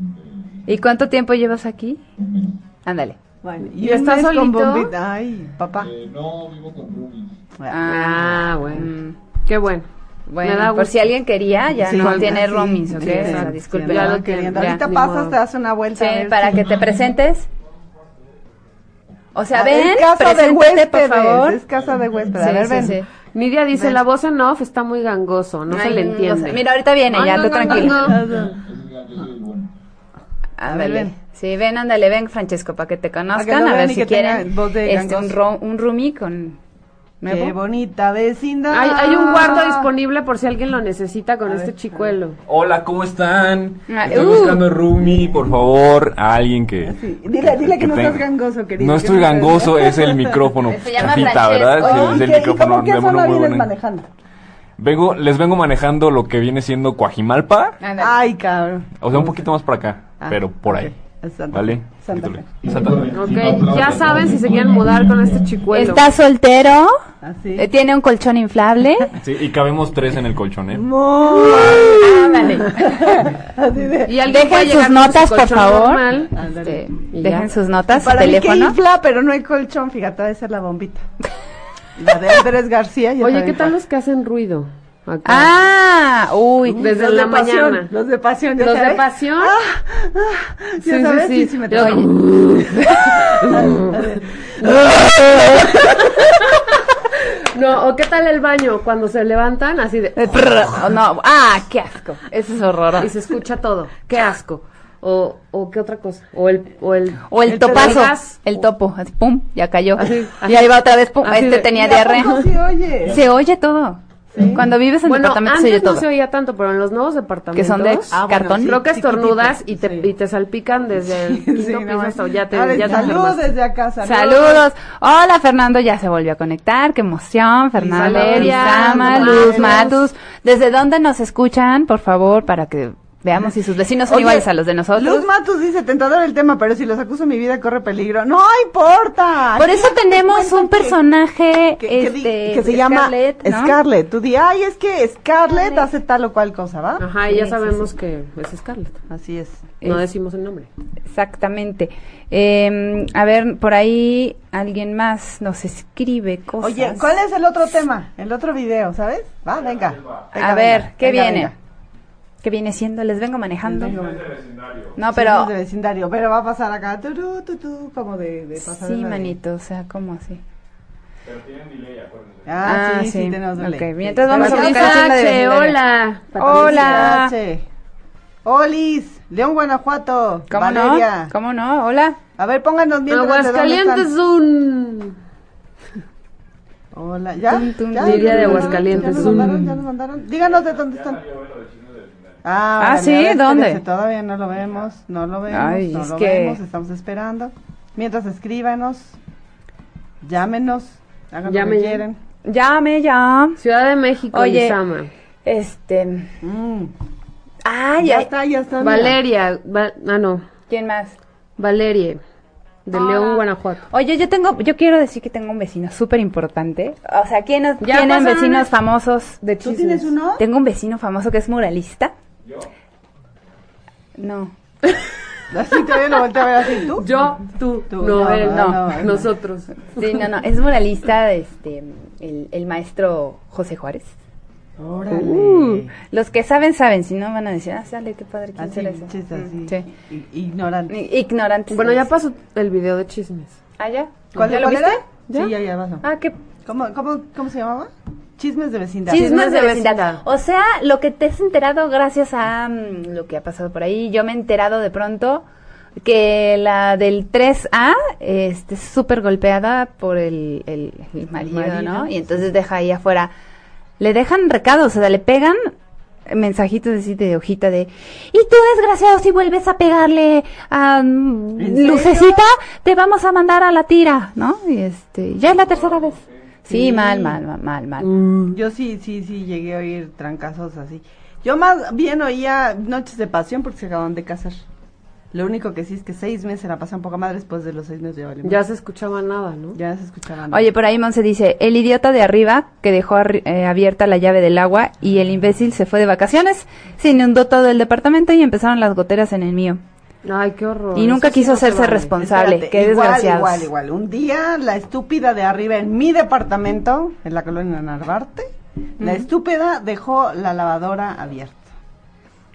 S6: de
S3: ¿Y cuánto tiempo llevas aquí?
S6: un mes.
S3: Ándale.
S4: Bueno,
S2: ¿Y
S4: un
S2: estás
S4: mes con
S2: solito?
S4: bombita. Ay, papá.
S6: Eh, no vivo con roomies.
S2: Ah, bueno.
S3: Mm,
S2: Qué bueno.
S3: Bueno,
S2: Me da
S3: por
S2: gusto.
S3: si alguien quería, ya
S4: Sí,
S3: no
S4: igual,
S3: tiene
S4: sí,
S3: roomies, ¿ok?
S4: sí,
S3: O sea,
S4: exacto.
S3: disculpen,
S4: Ya
S3: ¿no?
S4: lo queriendo.
S3: Ya.
S4: Ahorita
S2: ni
S4: pasas,
S2: modo.
S4: te das una vuelta.
S3: Sí,
S4: a ver
S3: para
S4: si-
S3: que te presentes. O sea,
S4: A ver,
S3: ven,
S4: casa de
S3: preséntate, por
S4: huéspedes,
S3: favor.
S4: Es casa de huéspedes.
S3: Sí,
S4: a ver,
S3: sí,
S4: ven.
S3: sí.
S2: Nidia dice, la voz en off está muy gangoso, no se
S3: Ay,
S2: le
S3: no
S2: entiende.
S3: sé. Mira, ahorita viene,
S4: Ah,
S3: ya,
S2: Ay, no,
S3: tú
S2: no,
S3: tranquila.
S2: no, no.
S6: Ese es el- yo soy el bueno.
S3: Ándale.
S4: ven.
S3: Sí, ven, ándale, ven, Francesco, para que te
S4: Para
S3: conozcan,
S4: que lo
S3: a
S4: vean
S3: ver
S4: y
S3: si
S4: que tenga
S3: quieren
S4: voz de
S3: este, un,
S4: gangoso.
S3: ro- un roomie con
S4: Qué
S3: nuevo.
S4: bonita vecindad.
S2: Hay, hay un cuarto
S4: Ah.
S2: disponible por si alguien lo necesita con este chicuelo.
S7: Hola, ¿cómo están?
S3: Ah,
S7: Estoy
S3: uh.
S7: buscando roomie, por favor, a alguien que...
S4: Sí, Dile, dile que, no
S7: tenga.
S4: estás gangoso, querido.
S7: No
S4: que
S7: estoy
S4: estás-
S7: gangoso, es el micrófono.
S3: Se llama
S7: Fita,
S3: Francesco.
S7: ¿verdad? Es el-
S4: Oye,
S7: es el
S4: ¿y qué- ¿y
S7: micrófono
S4: cómo que
S7: de
S4: eso
S7: mono
S4: no
S7: muy
S4: vienes
S7: bueno.
S4: manejando?
S7: Vengo, les vengo manejando lo que viene siendo Coajimalpa,
S2: Ah.
S4: Ay, cabrón.
S7: o sea, un poquito más para acá,
S4: Ah,
S7: pero por ahí.
S4: ok. Es Santa
S7: ¿Vale?
S4: Fe. Santa Fe.
S7: Santa Fe.
S2: Ok, ya saben si se quieren mudar con este chicuelo.
S3: Está soltero,
S4: Así.
S3: eh, tiene un colchón inflable.
S7: Sí, y cabemos tres en el colchón, ¿eh?
S4: Muy-
S3: Ándale.
S4: Así de-
S2: Y alguien puede
S3: Dejen sus
S2: llegar con su
S3: notas, por
S2: colchón
S3: favor.
S2: normal.
S3: Este,
S2: Y
S3: dejen
S2: ya.
S3: sus notas, su
S4: Para mí que
S3: teléfono.
S4: infla, pero no hay colchón, fíjate, ha de ser la bombita. La de Andrés García. ya
S2: Oye,
S4: saben
S2: ¿qué tal
S4: cuál.
S2: los que hacen ruido? Acá.
S3: Ah, uy.
S2: Desde
S4: Los
S2: la
S4: de pasión,
S2: mañana.
S4: Los de pasión, ya
S2: Los de
S4: sabes.
S2: pasión.
S4: Ya
S2: Sí, sí,
S4: sabes,
S2: sí.
S4: sí, sí me
S2: Yo-
S4: toca.
S2: No, o qué tal el baño cuando se levantan así de
S3: Eh, prr, no, ah, qué asco. Eso es
S2: y
S3: horroroso.
S2: se escucha todo. Qué asco. O, o qué otra cosa. O el o el
S3: O el,
S2: el
S3: topazo,
S2: gas.
S3: el topo, así, pum, ya cayó.
S2: Así,
S3: Y
S2: así.
S3: ahí va otra vez, pum,
S2: Así
S3: este
S2: de-
S3: tenía
S4: ¿Y a
S3: diarrea.
S4: poco sí oye?
S3: Se oye todo. Cuando vives en
S2: Bueno,
S3: departamento se oye
S2: antes
S3: todo.
S2: no se oía tanto, pero en los nuevos
S3: que
S2: departamentos
S3: son de
S4: Ah, bueno,
S3: cartón.
S4: sí.
S2: creo que estornudas y
S4: Chiquitito,
S2: te
S4: sí.
S2: y te salpican desde el quinto
S4: Sí, no
S2: piso
S4: más.
S2: hasta ya
S3: Ah,
S2: te
S4: Ahora,
S2: ya te
S4: Saludos
S2: enfermaste.
S4: desde acá, saludos.
S3: Saludos. Hola Fernando, ya se volvió a conectar. Qué emoción. Fernando,
S2: Valeria,
S3: Lizama,
S2: Luz
S3: Luz
S2: Matus.
S3: Matus. ¿Desde dónde nos escuchan, por favor, para que veamos si sus vecinos son
S4: Oye,
S3: iguales a los de nosotros?
S4: Luz Matus dice, tentador el tema, pero si los acuso mi vida corre peligro. ¡No importa!
S3: por eso
S4: Aquí
S3: tenemos
S4: cuentan
S3: un
S4: que-
S3: personaje
S4: que, que
S3: este,
S4: di- que se llama
S3: Scarlett, ¿no?
S4: Scarlett. Tú di, ay, es que Scarlett hace tal o cual cosa, ¿va?
S2: Ajá, y ya sabemos que es Scarlett.
S4: Así es.
S2: No
S3: Es-
S2: decimos el nombre.
S3: Exactamente. Eh, a ver, por ahí alguien más nos escribe cosas.
S4: Oye, ¿cuál es el otro tema? El otro video, ¿sabes? Va, venga. venga,
S3: a ver,
S4: venga,
S3: ¿qué
S4: venga,
S3: viene?
S4: venga.
S3: ¿Qué viene siendo? Les vengo manejando. No,
S4: Sí,
S3: pero
S4: es de vecindario, pero va a pasar acá, turú, tutú, como de, de pasar.
S3: Sí,
S4: la de-
S3: manito, o sea, ¿cómo así?
S4: Ah,
S3: Ah,
S4: sí, sí,
S3: sí.
S4: tenemos delay.
S3: Ok, mientras
S4: Sí.
S3: vamos
S4: Pero
S3: a
S4: sí,
S3: buscar
S4: sí,
S3: el tema de
S2: H,
S3: vecindario.
S2: hola.
S3: Hola.
S4: H. Olis, León, Guanajuato.
S3: ¿Cómo
S4: Valeria.
S3: no? ¿Cómo no? Hola.
S4: A ver, pónganos bien.
S2: Aguascalientes un
S4: Hola, ¿ya?
S3: Tum, tum,
S4: ¿Ya?
S2: diría de
S4: ¿Ya nos
S2: Aguascalientes,
S4: mandaron? ¿Ya nos mandaron?
S2: un-
S4: ¿Ya nos mandaron? Díganos de dónde están. Ah,
S3: Ah,
S4: órale,
S3: sí,
S4: a ver,
S3: ¿dónde?
S4: espérense, Todavía no lo vemos, no lo vemos,
S3: Ay,
S4: no
S3: es
S4: lo
S3: que-
S4: vemos, estamos esperando. Mientras escríbanos, llámenos, hagan lo que
S2: Llamen.
S4: quieren.
S3: Llame ya.
S2: Ciudad de México,
S3: Oye.
S2: Lizama.
S3: Este.
S4: Mm,
S3: Ay,
S4: ya
S3: ay.
S4: está, ya está. mira.
S2: Valeria, Va- ah no,
S3: ¿Quién más?
S2: Valerie de
S3: Ah.
S2: León, Guanajuato.
S3: Oye, yo tengo, yo quiero decir que tengo un vecino súper importante. O sea, ¿quiénes
S2: Ya
S3: tienen
S2: pasaron
S3: vecinos
S2: el-
S3: famosos de
S4: ¿Tú tienes uno?
S3: Tengo un vecino famoso que es muralista. No.
S4: Así todavía lo volteé a ver así, ¿tú?
S2: Yo, tú,
S4: Tú,
S2: no,
S4: no,
S2: él,
S4: no,
S2: no,
S4: no.
S2: nosotros.
S3: Sí, no, no. Es muralista, este, el, el maestro José Juárez.
S4: Órale.
S3: Uh, los que saben, saben. Si no, van a decir, ah, sale, qué padre, ¿quién
S4: Así,
S3: será ese?
S4: chis, así.
S3: Mm, sí.
S4: I- Ignorante.
S3: I- Ignorantes.
S2: Bueno, ya pasó el video de chismes.
S3: ¿Ah, ya?
S4: ¿Cuál,
S3: ¿Ya lo
S4: cuál
S3: viste?
S4: era?
S3: ¿Ya?
S4: Sí, ya, ya, pasó.
S3: Ah, qué
S4: ¿Cómo, cómo, ¿Cómo se llamaba? Chismes de vecindad.
S3: chismes de
S2: de
S3: vecindad.
S2: vecindad.
S3: O sea, lo que te has enterado gracias a mm, lo que ha pasado por ahí. Yo me he enterado de pronto que la del 3A este, es súper golpeada por el, el- el marido, ¿no? Y entonces deja ahí afuera. Le dejan recados, o sea, le pegan mensajitos así de hojita de y tú desgraciado si vuelves a pegarle a mm,
S4: ¿En
S3: lucecita te vamos a mandar a la tira no y este ya es la tercera vez sí, mal mal mal mal mal
S2: Mm,
S4: Yo sí, sí, sí, llegué a oír trancazos así. Yo más bien oía Noches de Pasión porque se acaban de casar. Lo único que sí es que seis meses se la pasan poca madre, después de los seis meses ya vale
S2: Ya
S4: madre.
S2: se escuchaba nada, ¿no?
S4: ya se escuchaban.
S3: Oye, por ahí Monse dice, el idiota de arriba que dejó arri- eh, abierta la llave del agua y el imbécil se fue de vacaciones, se inundó todo el departamento y empezaron las goteras en el mío.
S2: Ay, qué horror.
S3: Y nunca
S2: Eso sí
S3: quiso
S2: no se
S3: hacerse
S2: vale.
S3: responsable. responsable, qué
S4: igual,
S3: desgraciados.
S4: Igual, igual. Un día la estúpida de arriba en mi departamento, en la colonia Narvarte, la estúpida dejó la lavadora abierta.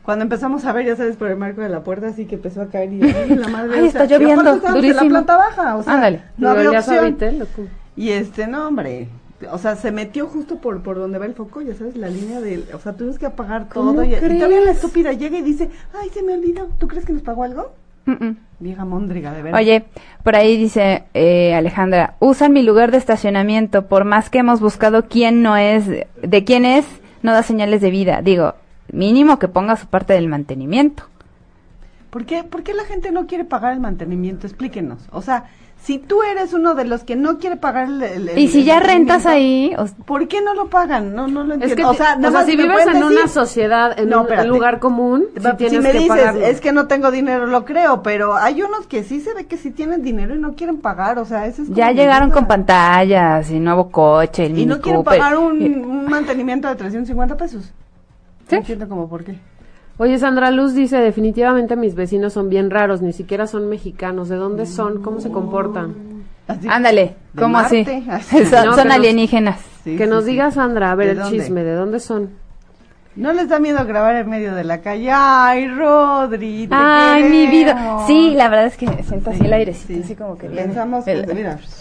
S4: Cuando empezamos a ver, ya sabes, por el marco de la puerta, así que empezó a caer y ¡ay, la madre,
S3: Ay, está lloviendo,
S4: y aparte estábamos en la
S3: durísimo.
S4: planta baja, o sea,
S3: Ándale.
S4: no
S2: Ni
S4: había
S2: olía
S4: opción.
S2: suavitel, ¿o cómo?
S4: Y este, no, hombre. O sea, se metió justo por, por donde va el foco, ya sabes, la línea del. O sea, tuvimos que apagar
S2: ¿Cómo
S4: todo. Y, y todavía
S2: crees?
S4: la estúpida llega y dice: Ay, se me olvidó. ¿Tú crees que nos pagó algo?
S3: Mm, mm.
S4: Vieja móndriga, de verdad.
S3: Oye, por ahí dice eh, Alejandra, usan mi lugar de estacionamiento, por más que hemos buscado quién no es, de quién es, no da señales de vida. Digo, mínimo que ponga su parte del mantenimiento.
S4: ¿Por qué, por qué la gente no quiere pagar el mantenimiento? Explíquenos. O sea, Si tú eres uno de los que no quiere pagar el, el- el-
S3: Y si
S4: el
S3: ya rentas
S4: mantenimiento,
S3: ahí, o-
S4: ¿Por qué no lo pagan? No, no lo
S2: Es
S4: entiendo.
S2: que,
S4: o sea, nada más
S2: si
S4: me
S2: vives
S4: pueden
S2: en
S4: decir-
S2: una sociedad, en
S4: No,
S2: un
S4: espérate. pues
S2: lugar común,
S4: Si,
S2: sí tienes
S4: me
S2: que
S4: dices,
S2: pagarlo.
S4: es que no tengo dinero, lo creo, pero hay unos que sí se ve que sí tienen dinero y no quieren pagar, o sea, eso es
S3: ya
S4: como
S3: llegaron
S4: mi
S3: con
S4: duda.
S3: pantallas y nuevo coche, el
S4: Y no
S3: Mini
S4: quieren
S3: Cooper.
S4: pagar un,
S3: Eh,
S4: un mantenimiento de 350 pesos.
S3: Sí.
S4: No entiendo como por qué.
S2: Oye, Sandra Luz dice, definitivamente mis vecinos son bien raros, ni siquiera son mexicanos. ¿De dónde son? ¿Cómo se comportan?
S4: Así-
S3: Ándale,
S4: De
S3: ¿cómo así?
S4: Marte, así.
S3: Son,
S2: No,
S3: son
S2: que nos-
S3: alienígenas.
S4: Sí,
S2: que
S4: sí,
S2: nos
S4: sí.
S2: diga Sandra, a ver
S4: ¿De
S2: el
S4: dónde?
S2: chisme, ¿de dónde son?
S4: ¿No les da miedo grabar en medio de la calle? Ay, Rodri. te
S3: Ay, mi vida.
S4: queremos.
S3: Sí, la verdad es que siento así el airecito,
S4: Sí.
S3: así como que viene.
S4: Pensamos,
S3: El-
S4: que- mira, así.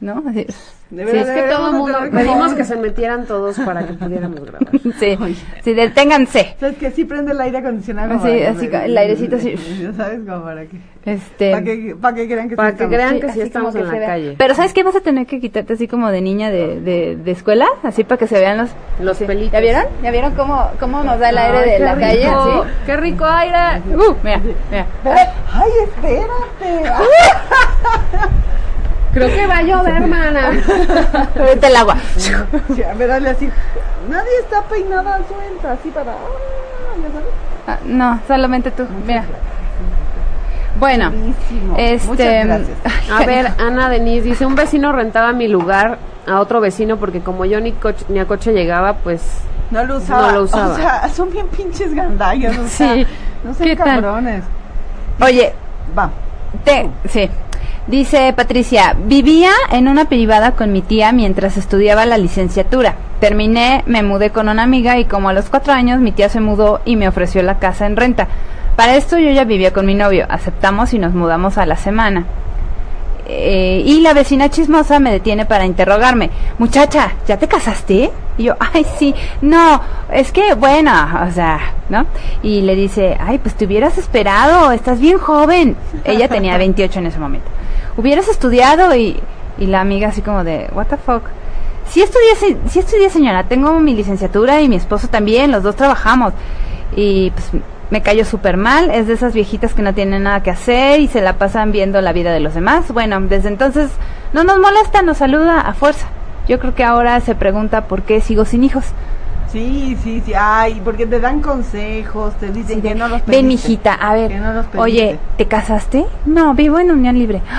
S3: ¿No? Así.
S4: De
S2: Sí, es
S4: verdad,
S2: que todo
S4: deberíamos
S2: el mundo,
S4: tener como-
S2: pedimos que se metieran todos para que pudiéramos grabar.
S3: Sí, sí, deténganse.
S4: ¿Sabes que Sí prende el aire acondicionado.
S3: Así,
S4: para que-
S3: así como el airecito así.
S4: ¿Sabes cómo para qué?
S3: Este,
S4: Para que, para que crean que
S2: Para
S4: sí
S2: que
S4: estamos.
S2: crean que
S3: así
S2: sí estamos
S3: como
S2: en
S3: que se
S2: la
S3: vea.
S2: calle.
S3: Pero ¿sabes qué? Vas a tener que quitarte así como de niña de, de, de escuela, así para que se vean los...
S2: Los pelitos.
S3: ¿Ya vieron? ¿Ya vieron cómo, cómo nos da el aire
S2: Ay,
S3: de
S2: qué
S3: la
S2: rico,
S3: calle? así?
S2: ¡Qué rico aire!
S3: Uh, mira, mira.
S4: Eh, Ay, espérate. Ay,
S2: Creo que va a llover, hermana.
S3: Ahorita el agua.
S4: sí, a ver, dale así. Nadie está peinada suelta, así para. ah, ya sabes.
S3: Ah, No, solamente tú. Mira. Bueno,
S4: Buenísimo.
S3: este.
S4: Muchas gracias.
S2: A ver, Ana Denise dice, un vecino rentaba mi lugar a otro vecino porque como yo ni, coche- ni a coche llegaba, pues...
S4: No lo usaba.
S2: No lo usaba.
S4: O sea, son bien pinches gandallas. O sea,
S3: Sí.
S4: No sé,
S3: ¿Qué tal?
S4: cabrones.
S3: Oye,
S4: Va.
S3: te, sí. Dice Patricia, vivía en una privada con mi tía mientras estudiaba la licenciatura. Terminé, me mudé con una amiga y como a los cuatro años mi tía se mudó y me ofreció la casa en renta. Para esto yo ya vivía con mi novio, aceptamos y nos mudamos a la semana. Eh, y la vecina chismosa me detiene para interrogarme. Muchacha, ¿ya te casaste? Y yo, ay, sí, no, es que, bueno, o sea, ¿no? Y le dice, ay, pues te hubieras esperado, estás bien joven. Ella tenía 28 en ese momento. Hubieras estudiado y, y la amiga así como de, what the fuck. Sí estudié, se- sí estudié, señora, tengo mi licenciatura y mi esposo también, los dos trabajamos. Y pues me cayó súper mal, es de esas viejitas que no tienen nada que hacer y se la pasan viendo la vida de los demás. Bueno, desde entonces no nos molesta, nos saluda a fuerza. Yo creo que ahora se pregunta por qué sigo sin hijos.
S4: Sí, sí, sí. Ay, porque te dan consejos, te dicen que no los pediste.
S3: Ven, mijita, a ver,
S4: Que no los pediste.
S3: oye, ¿te casaste? No, vivo en unión libre.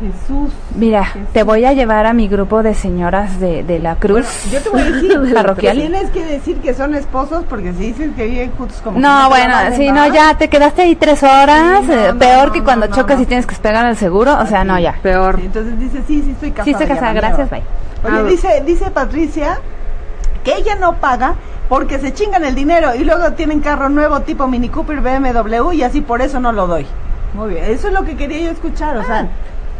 S4: Jesús.
S3: Mira, te voy a llevar a mi grupo de señoras de, de la cruz
S4: Yo te voy a decir,
S3: parroquial.
S4: tienes que decir que son esposos porque si dicen que viven juntos como que
S3: No,
S4: te la
S3: bueno,
S4: valen,
S3: sí,
S4: ¿va?
S3: no, ya te quedaste ahí tres horas,
S4: Sí, no,
S3: eh,
S4: no,
S3: peor
S4: no,
S3: que
S4: no,
S3: cuando
S4: no,
S3: chocas
S4: no.
S3: y tienes que esperar al seguro, o sea, no, ya.
S2: Peor.
S4: Sí, entonces dice, sí, sí estoy casada.
S3: Sí estoy
S4: ya
S3: casada,
S4: valió.
S3: gracias, bye.
S4: Oye,
S2: Ah.
S4: dice, dice Patricia que ella no paga porque se chingan el dinero y luego tienen carro nuevo tipo Mini Cooper BMW y así por eso no lo doy. Muy bien, eso es lo que quería yo escuchar, o
S3: Ah.
S4: sea,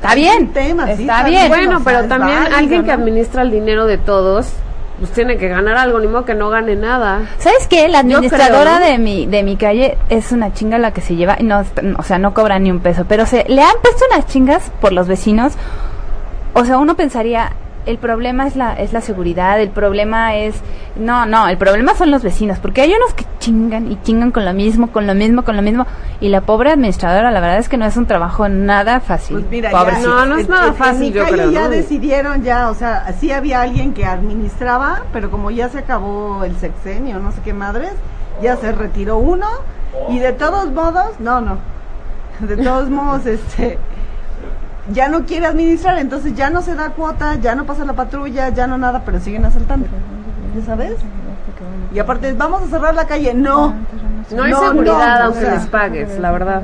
S3: Está bien,
S4: tema, sí,
S3: está bien.
S2: Bueno,
S4: o sea,
S2: pero
S4: es
S2: también
S4: válido,
S2: alguien que
S4: ¿no?
S2: administra el dinero de todos, pues tiene que ganar algo, ni modo que no gane nada.
S3: ¿Sabes qué? La
S2: Yo
S3: administradora
S2: creo, ¿no?
S3: de mi de mi calle es una chinga la que se lleva, no, es- o sea, no cobra ni un peso, pero se le han puesto unas chingas por los vecinos. O sea, uno pensaría, el problema es la es la seguridad, el problema es no, no, el problema son los vecinos, porque hay unos que chingan y chingan con lo mismo, con lo mismo, con lo mismo, y la pobre administradora, la verdad es que no es un trabajo nada fácil.
S4: Pues mira, ya,
S3: pobrecita.
S2: No, no es
S4: en-
S2: nada
S4: en- en
S2: fácil,
S4: mi
S2: yo
S4: calle
S2: creo,
S4: ya
S2: ¿no?
S4: decidieron ya, o sea, sí había alguien que administraba, pero como ya se acabó el sexenio, no sé qué madres, ya se retiró uno y de todos modos, no, no. De todos modos, este ya no quiere administrar, entonces ya no se da cuota, ya no pasa la patrulla, ya no nada, pero siguen asaltando. ¿Ya sabes? Y aparte, vamos a cerrar la calle.
S2: Ah,
S4: No.
S2: No hay
S4: No,
S2: seguridad
S4: no, o
S2: aunque
S4: sea.
S2: les pagues, la verdad.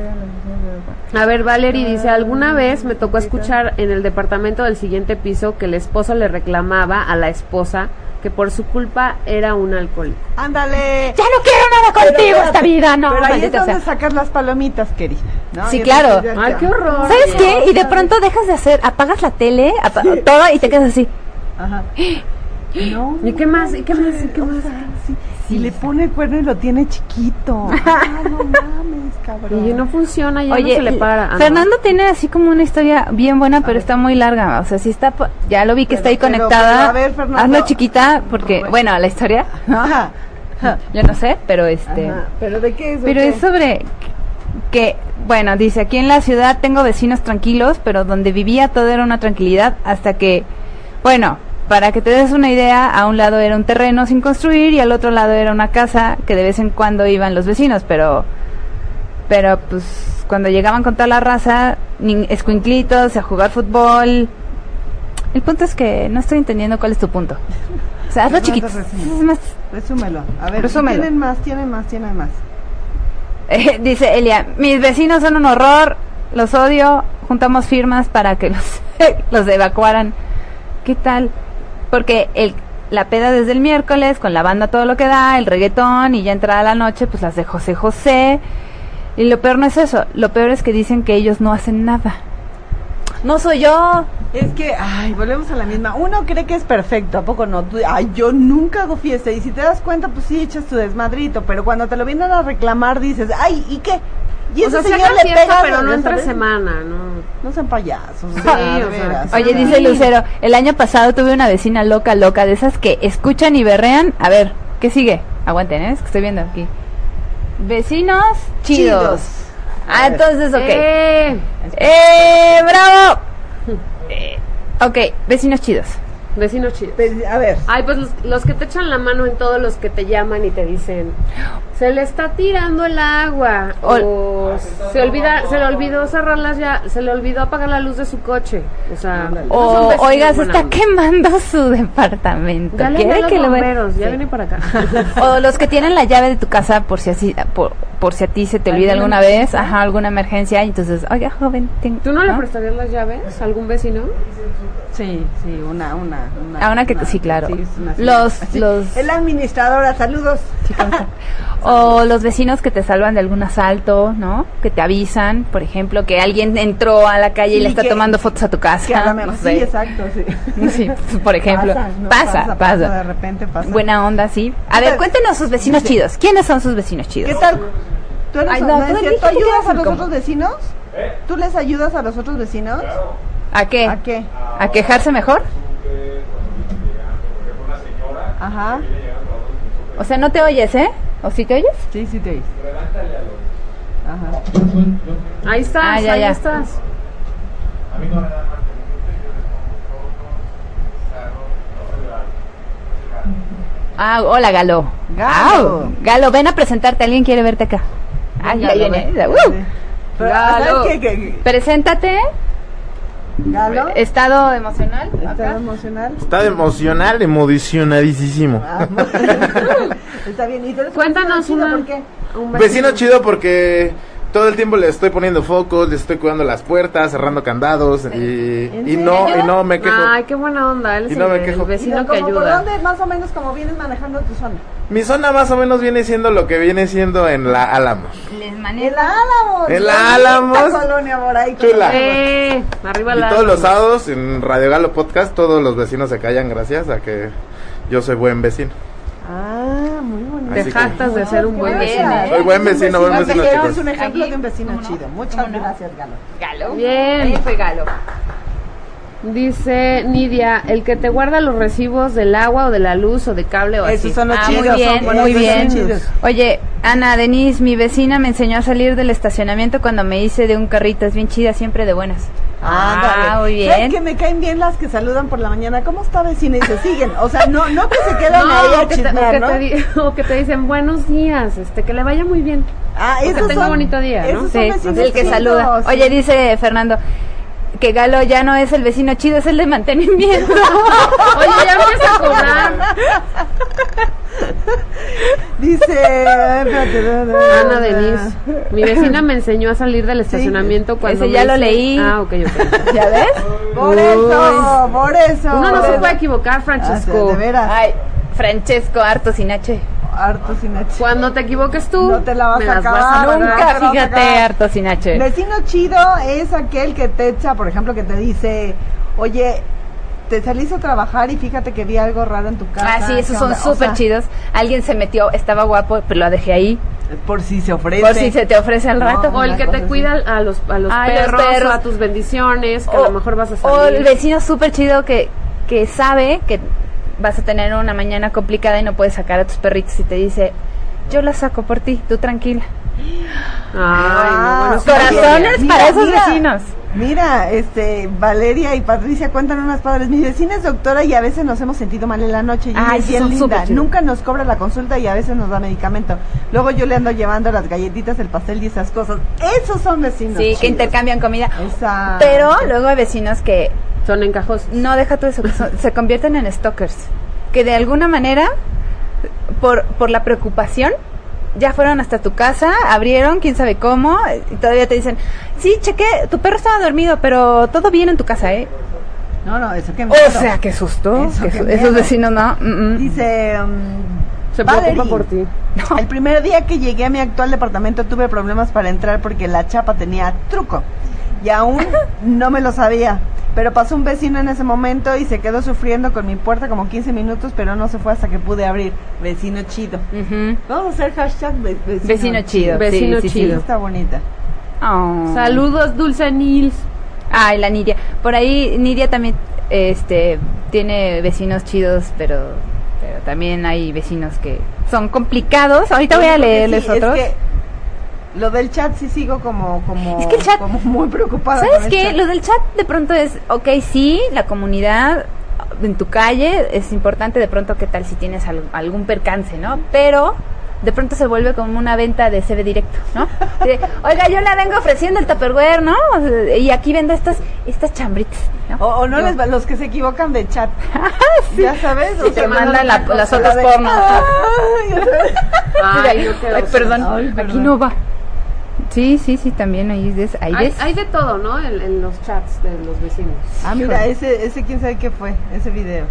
S2: A ver, Valerie dice, alguna vez me tocó escuchar en el departamento del siguiente piso que el esposo le reclamaba a la esposa que por su culpa era un alcohólico.
S4: Ándale.
S3: Ya no quiero nada contigo
S4: Pero-
S3: esta vida, no,
S4: Pero ahí es
S3: maldita
S4: donde
S3: sea.
S4: sacas las palomitas, querida. ¿no?
S3: Sí,
S4: Y
S3: claro.
S4: entonces ya-
S2: Ay,
S4: ya.
S2: qué horror.
S3: ¿Sabes qué? Y de pronto dejas de hacer, apagas la tele, apa- todo y te quedas así.
S4: Ajá. No.
S2: ¿Y qué más? ¿Y qué más? ¿Y qué más?
S4: Sí, Si le pone el cuerno y lo tiene chiquito. Ah, no mames, cabrón.
S2: Y no funciona, ya
S3: Oye,
S2: no se le para. Ah, no.
S3: Fernando tiene así como una historia bien buena, pero está muy larga. O sea, sí está, po- ya lo vi que está ahí
S4: Pero- pero-
S3: conectada.
S4: pero a ver, Fernando.
S3: Hazlo chiquita, porque, bueno, la historia, ¿no?
S4: Ajá,
S3: Yo no sé, pero este.
S4: ajá. Pero de qué es. o
S3: Pero
S4: qué?
S3: es sobre que Bueno, dice, aquí en la ciudad tengo vecinos tranquilos, pero donde vivía todo era una tranquilidad hasta que, bueno, para que te des una idea, a un lado era un terreno sin construir y al otro lado era una casa que de vez en cuando iban los vecinos, pero pero pues cuando llegaban con toda la raza, nin- escuinclitos, a jugar fútbol. El punto es que no estoy entendiendo cuál es tu punto. O sea, hazlo
S4: Perdón,
S3: chiquito.
S4: Rosy.
S3: Es más,
S4: Resúmelo. A ver,
S3: Resúmelo.
S4: tienen más, tienen más, tienen más.
S3: eh, dice Elia, mis vecinos son un horror, los odio, juntamos firmas para que los, los evacuaran. ¿Qué tal? Porque el, la peda desde el miércoles, con la banda todo lo que da, el reggaetón y ya entrada la noche, pues las de José José. Y lo peor no es eso, lo peor es que dicen que ellos no hacen nada. No soy yo.
S4: Es que, ay, volvemos a la misma. Uno cree que es perfecto, ¿a poco no? Tú- Ay, yo nunca hago fiesta. Y si te das cuenta, pues sí, echas tu desmadrito. Pero cuando te lo vienen a reclamar, dices, ay, ¿y qué? Y
S2: o sea,
S4: ese
S2: sí
S4: señor
S2: hagan
S4: le
S2: fiesta,
S4: pega.
S2: pero no
S4: ¿sabes?
S2: entre semana, ¿no?
S4: No sean payasos.
S2: Sí,
S4: o sea, de
S2: o sea,
S4: veras.
S3: Oye,
S2: Sí.
S3: dice Lucero, el año pasado tuve una vecina loca, loca, de esas que escuchan y berrean. A ver, ¿qué sigue? Aguanten, ¿eh? es que estoy viendo aquí. Vecinos chidos. Ah, entonces, ok. ¡Eh!
S2: Eh,
S3: ¡Bravo! Eh, ok, vecinos chidos.
S2: vecinos chidos.
S4: Pues, a ver.
S3: Ah,
S2: Ay, pues los, los que te echan la mano en todos los que te llaman y te dicen, se le está tirando el agua
S3: Ol-
S2: o se olvida, se le olvidó cerrar las ya, se le olvidó apagar la luz de su coche, o sea,
S4: Ándale.
S2: esos
S3: O,
S2: son vecinos
S3: oiga, se
S2: buena
S3: está
S2: onda.
S3: quemando su departamento.
S2: Ya le hablé a
S3: ¿Quiere
S2: los
S3: que lo vea?
S2: bomberos, ya
S3: Sí.
S2: viene para acá.
S3: O los que tienen la llave de tu casa por si así, por, por si a ti se te olvida
S2: ¿Alguna
S3: alguna vez,
S2: emergencia?
S3: ajá, alguna emergencia, y entonces, oiga, joven, ten-
S2: ¿Tú no le prestarías las llaves a algún vecino?
S4: Sí, sí, una, una. una
S3: A Ah, una que- sí, claro.
S4: es una-
S3: Los- los-
S4: El administradora, saludos.
S3: O los vecinos que te salvan de algún asalto, ¿no? Que te avisan, por ejemplo, que alguien entró a la calle y
S4: Sí,
S3: le está
S4: que-
S3: tomando fotos a tu casa.
S4: Que a lo mejor-
S3: no
S4: Sí,
S3: sé.
S4: exacto, sí.
S3: Ah, pues Sí, pues, por ejemplo. Pasa,
S4: ¿no?
S3: pasa.
S4: De repente pasa.
S3: Buena onda, sí. A ver, cuéntenos sus vecinos chidos. ¿Quiénes son sus vecinos
S4: ¿Qué
S3: chidos?
S4: tal? ¿Tú, eres-
S3: Ay, no,
S4: no, es
S3: tú
S4: cierto,
S3: dijiste que
S4: ayudas
S3: eras
S4: a los
S3: incómodo.
S4: otros vecinos? ¿Tú les ayudas a los otros vecinos?
S3: ¿A qué?
S4: ¿A qué?
S3: ¿A quejarse mejor?
S4: Ajá.
S3: O sea, no te oyes, ¿eh? ¿O si te oyes?
S4: Sí, sí te Ajá.
S2: Ahí estás,
S3: Ah, ya,
S2: ahí
S3: ya.
S2: estás.
S3: Ah, hola, Galo.
S4: Galo.
S3: Au, Galo, ven a presentarte. Alguien quiere verte acá. Ah, ya
S2: Galo,
S3: viene.
S4: ¿eh?
S2: ven.
S3: Uh,
S4: Pero,
S3: Galo.
S4: ¿sabes qué? qué?
S3: Preséntate.
S4: Galo,
S3: Eh. Estado emocional.
S4: ¿estás
S3: acá.
S4: emocional?
S8: Está emocional, emocionadísimo.
S4: Ah, muy bien. Está bien. ¿Y tú eres
S2: Cuéntanos
S4: vecino
S2: una-
S4: ¿Por qué?
S2: Un
S8: Vecino chido porque todo el tiempo le estoy poniendo focos, le estoy cuidando las puertas, cerrando candados y, y no y no me quejo.
S2: Ay, qué buena onda, él es
S8: Y no
S2: el,
S8: me
S2: el
S8: quejo.
S4: Sino
S2: vecino que
S4: como ¿Por
S2: ayuda.
S4: dónde más o menos como vienes manejando tu zona?
S8: Mi zona más o menos viene siendo lo que viene siendo en la Álamo.
S3: Les
S4: El
S3: manejo.
S4: Álamo.
S8: El
S4: bonita
S8: Álamos.
S4: colonia por ahí.
S8: Chula.
S2: Eh, arriba
S8: Ah, Y
S2: la
S8: todos los sábados en Radio Galo Podcast todos los vecinos se callan gracias a que yo soy buen vecino.
S4: Ah, muy bonito.
S8: Así que-
S2: Te jactas de
S4: Ah,
S2: ser un buen
S3: gracias.
S2: vecino.
S8: Soy buen vecino, buen
S4: Nos
S8: vecino,
S4: dijeron,
S8: chicos.
S4: Es un ejemplo
S3: Aquí,
S4: de un vecino
S3: ¿cómo no?
S4: chido. Muchas
S3: ¿Cómo no?
S4: gracias, Galo.
S3: Galo.
S2: Bien.
S3: Ahí fue Galo.
S2: Dice Nidia, el que te guarda los recibos del agua o de la luz o de cable o así.
S4: Esos son los
S3: Ah,
S4: chidos.
S3: muy bien,
S4: son
S3: muy
S4: esos son
S3: bien.
S4: chidos.
S3: Oye, Ana, Denise, mi vecina me enseñó a salir del estacionamiento cuando me hice de un carrito. Es bien chida, siempre de buenas.
S2: Ah,
S3: Ah,
S4: Ándale.
S3: muy
S4: ¿Sabes
S3: bien.
S4: que me caen bien las que saludan por la mañana. ¿Cómo está vecina? Y se siguen. O sea, no, no que se quedan ahí
S2: No,
S4: a
S2: o que, te, o
S4: chismear,
S2: que
S4: ¿no?
S2: te di- o que te dicen buenos días, este que le vaya muy bien.
S4: Ah,
S2: o que
S4: esos
S2: tenga
S4: son-
S2: bonito día, ¿no? pues
S4: esos son
S3: Sí,
S4: vecinos
S3: el que
S4: chidos,
S3: saluda.
S4: sí.
S3: Oye, dice Fernando que Galo ya no es el vecino chido, es el de mantenimiento.
S2: Oye, ya empieza a cobrar.
S4: Dice. Ana
S2: Ana Denise, mi vecina me enseñó a salir del estacionamiento cuando
S3: Ese ya
S2: me
S3: lo
S2: hice-
S3: leí.
S2: Ah, ok, ok.
S3: ¿Ya ves?
S4: Por eso, por eso.
S2: Uno no
S4: por
S2: se
S4: eso.
S2: puede equivocar,
S4: Ah, sí,
S2: Francesco.
S4: de veras.
S3: Ay, Francesco Harto Sinache.
S4: Harto sin H.
S2: Cuando te equivoques tú,
S4: No te la vas
S2: me
S4: a
S2: las vas
S4: acabar.
S2: a pagar.
S4: Nunca.
S3: Nunca,
S4: pero
S3: fíjate,
S4: acá-
S3: Harto Sinache.
S4: Vecino chido es aquel que te echa, por ejemplo, que te dice, oye, te saliste a trabajar y fíjate que vi algo raro en tu casa.
S3: Ah, sí, esos
S4: ¿qué
S3: son
S4: onda?". O
S3: súper
S4: sea,
S3: chidos. Alguien se metió, estaba guapo, pero lo dejé ahí.
S4: Por si se ofrece.
S3: Por si se te ofrece al
S4: No,
S3: rato.
S2: O el que te cuida a los, a los,
S3: A los
S2: perros,
S3: perros.
S2: o a tus bendiciones, que a lo mejor vas a
S3: o
S2: salir.
S3: el vecino súper chido que, que sabe que vas a tener una mañana complicada y no puedes sacar a tus perritos y te dice, yo la saco por ti, tú tranquila.
S2: Ay, no, bueno, sí,
S3: Ah, Corazones
S4: Mira,
S3: para esos
S4: mira.
S3: vecinos.
S4: Mira, este, Valeria y Patricia cuentan unas padres. Mi vecina es doctora y a veces nos hemos sentido mal en la noche. Y
S3: Ay,
S4: es
S3: sí,
S4: bien
S3: son
S4: linda.
S3: súper chidas.
S4: Nunca nos cobra la consulta y a veces nos da medicamento. Luego yo le ando llevando las galletitas, el pastel y esas cosas. Esos son vecinos.
S3: Sí, que
S4: chidos.
S3: intercambian comida.
S4: Exacto.
S3: Pero luego hay vecinos que
S2: Son encajos.
S3: no deja todo eso, que son- se convierten en stalkers. Que de alguna manera, por, por la preocupación, ya fueron hasta tu casa, abrieron, quién sabe cómo, y todavía te dicen, sí, chequé, tu perro estaba dormido, pero todo bien en tu casa, ¿eh?
S4: No, no, eso que
S3: O sea, qué susto.
S4: Eso,
S3: qué
S4: qué
S3: su-
S4: miedo.
S3: esos vecinos, ¿no? mm, mm.
S4: Dice. mm,
S2: Se preocupa
S4: Valerie,
S2: por ti.
S4: El primer día que llegué a mi actual departamento tuve problemas para entrar porque la chapa tenía truco. Y aún no me lo sabía. Pero pasó un vecino en ese momento y se quedó sufriendo con mi puerta como 15 minutos, pero no se fue hasta que pude abrir. Vecino chido.
S3: Ujú.
S4: Vamos a hacer hashtag ve- vecino,
S3: Vecino chido.
S2: Vecino
S3: sí, sí, sí.
S2: chido.
S4: Está bonita.
S3: Oh.
S2: Saludos, Dulce Nils.
S3: Ay, la Nidia. Por ahí Nidia también este, tiene vecinos chidos, pero, pero también hay vecinos que son complicados. Ahorita voy a
S4: Lo único que
S3: leerles
S4: sí es
S3: otros.
S4: que lo del chat sí sigo como, como,
S3: Es que el chat-
S4: como muy preocupada.
S3: ¿Sabes
S4: con el
S3: qué?
S4: chat.
S3: Lo del chat de pronto es, ok, sí, la comunidad en tu calle es importante de pronto qué tal si tienes al- algún percance, ¿no? Pero de pronto se vuelve como una venta de CB directo, ¿no? De, Oiga, yo la vengo ofreciendo el Tupperware, ¿no? Y aquí vendo estas estas chambritas, ¿no?
S4: O, o no les va, los que se equivocan de chat. Ya sabes, o
S3: Y te mandan la- las otras pornos.
S2: Ay, no, qué
S3: Ay,
S2: oso.
S3: perdón,
S4: Ay, perdón.
S3: aquí no va. Sí, sí, sí, también ahí es. Ahí
S2: Hay,
S3: ves.
S2: hay de todo, ¿no? En, en los chats de los vecinos.
S4: Ah, mira, ese, ese quién sabe qué fue, ese video.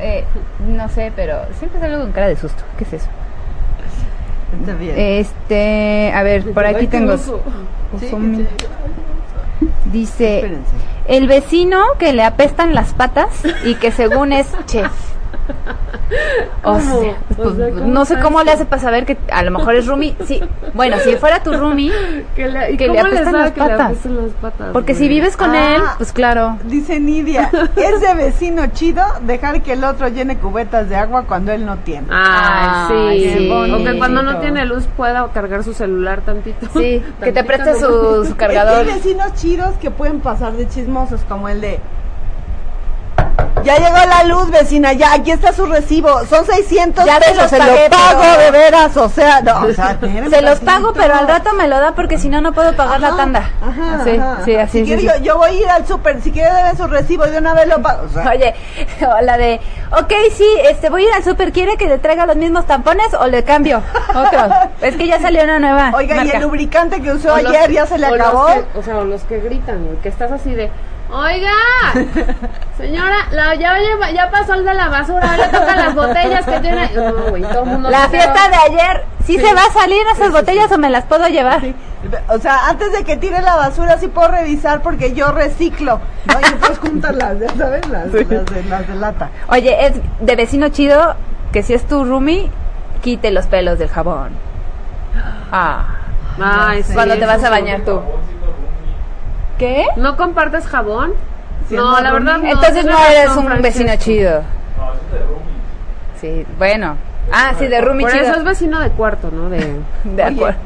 S3: Eh, no sé, pero siempre salgo con cara de susto. ¿Qué es eso?
S4: Está bien.
S3: Eh, Este, a ver, por aquí tengo. Ozumi. Dice,
S4: Espérense.
S3: el vecino que le apestan las patas y que según es chef. O
S2: ¿Cómo?
S3: sea,
S2: O
S3: pues,
S2: sea, ¿cómo
S3: no sé
S2: está
S3: cómo le
S2: eso?
S3: hace para saber que a lo mejor es Rumi. Sí, bueno, si fuera tu Rumi,
S2: Que le, ¿y
S3: Que le
S2: cómo
S3: apestan
S2: sabe
S3: las
S2: que le
S3: patas.
S2: apestan las patas,
S3: porque si
S2: güey?
S3: vives con
S4: Ah.
S3: él, pues claro.
S4: Dice Nidia, es de vecino chido dejar que el otro llene cubetas de agua cuando él no tiene.
S2: Ah,
S3: Ay,
S2: sí.
S3: qué
S2: O que
S3: bonito.
S2: cuando no tiene luz pueda cargar su celular tantito.
S3: Sí, que te
S2: Tantito,
S3: preste
S2: ¿no?
S3: su, su cargador.
S4: Es que hay vecinos chidos que pueden pasar de chismosos, como el de... Ya llegó la luz, vecina, ya, aquí está su recibo. Son 600
S3: Ya te
S4: pesos,
S3: los
S4: se
S3: pagué,
S4: lo pago
S3: pero-
S4: de veras, o sea, no, o sea, espérame
S3: Se los pago,
S4: tantito.
S3: pero al rato me lo da porque si no, no puedo pagar la tanda.
S4: Ajá,
S3: sí,
S4: ajá.
S3: sí, así
S4: Si
S3: sí,
S4: quiere,
S3: sí.
S4: Yo, yo voy a ir al súper, si quiere deben su recibo, de una vez lo pago. O sea,
S3: Oye, o la de, ok, sí, este, voy a ir al súper, ¿quiere que le traiga los mismos tampones o le cambio otros? Es que ya salió una nueva
S4: Oiga, y
S3: marca.
S4: el lubricante que usó
S2: O los-
S4: ayer ya se le
S2: o los
S4: acabó.
S2: que- o sea, o los que gritan, güey, que estás así de, oiga, señora, la- ya, lleva- ya pasó el de la basura, ahora toca las botellas que tiene. No, güey, todo el mundo.
S3: La
S2: se
S3: fiesta
S2: quedó-
S3: de ayer, ¿sí, se va a salir esas botellas o me las puedo llevar?
S4: O sea, antes de que tire la basura sí puedo revisar porque yo reciclo. ¿no? Y después juntan las, ya sabes, las, las de, las de lata.
S3: Oye, es de vecino chido, que si es tu roomie, quite los pelos del jabón. Ah,
S2: Ay, sí,
S3: cuando te
S2: eso
S3: vas a
S2: sí.
S3: bañar tú. ¿Qué?
S2: ¿No compartes jabón?
S4: Sí,
S2: no,
S4: no,
S2: la verdad. No,
S3: Entonces
S2: tienes
S3: no eres
S2: razón,
S3: un vecino
S2: Francesco.
S3: chido. Sí, bueno. Ah, sí, de roomie
S2: Por
S3: chido.
S2: eso es vecino de cuarto, ¿no? De...
S3: De acuerdo.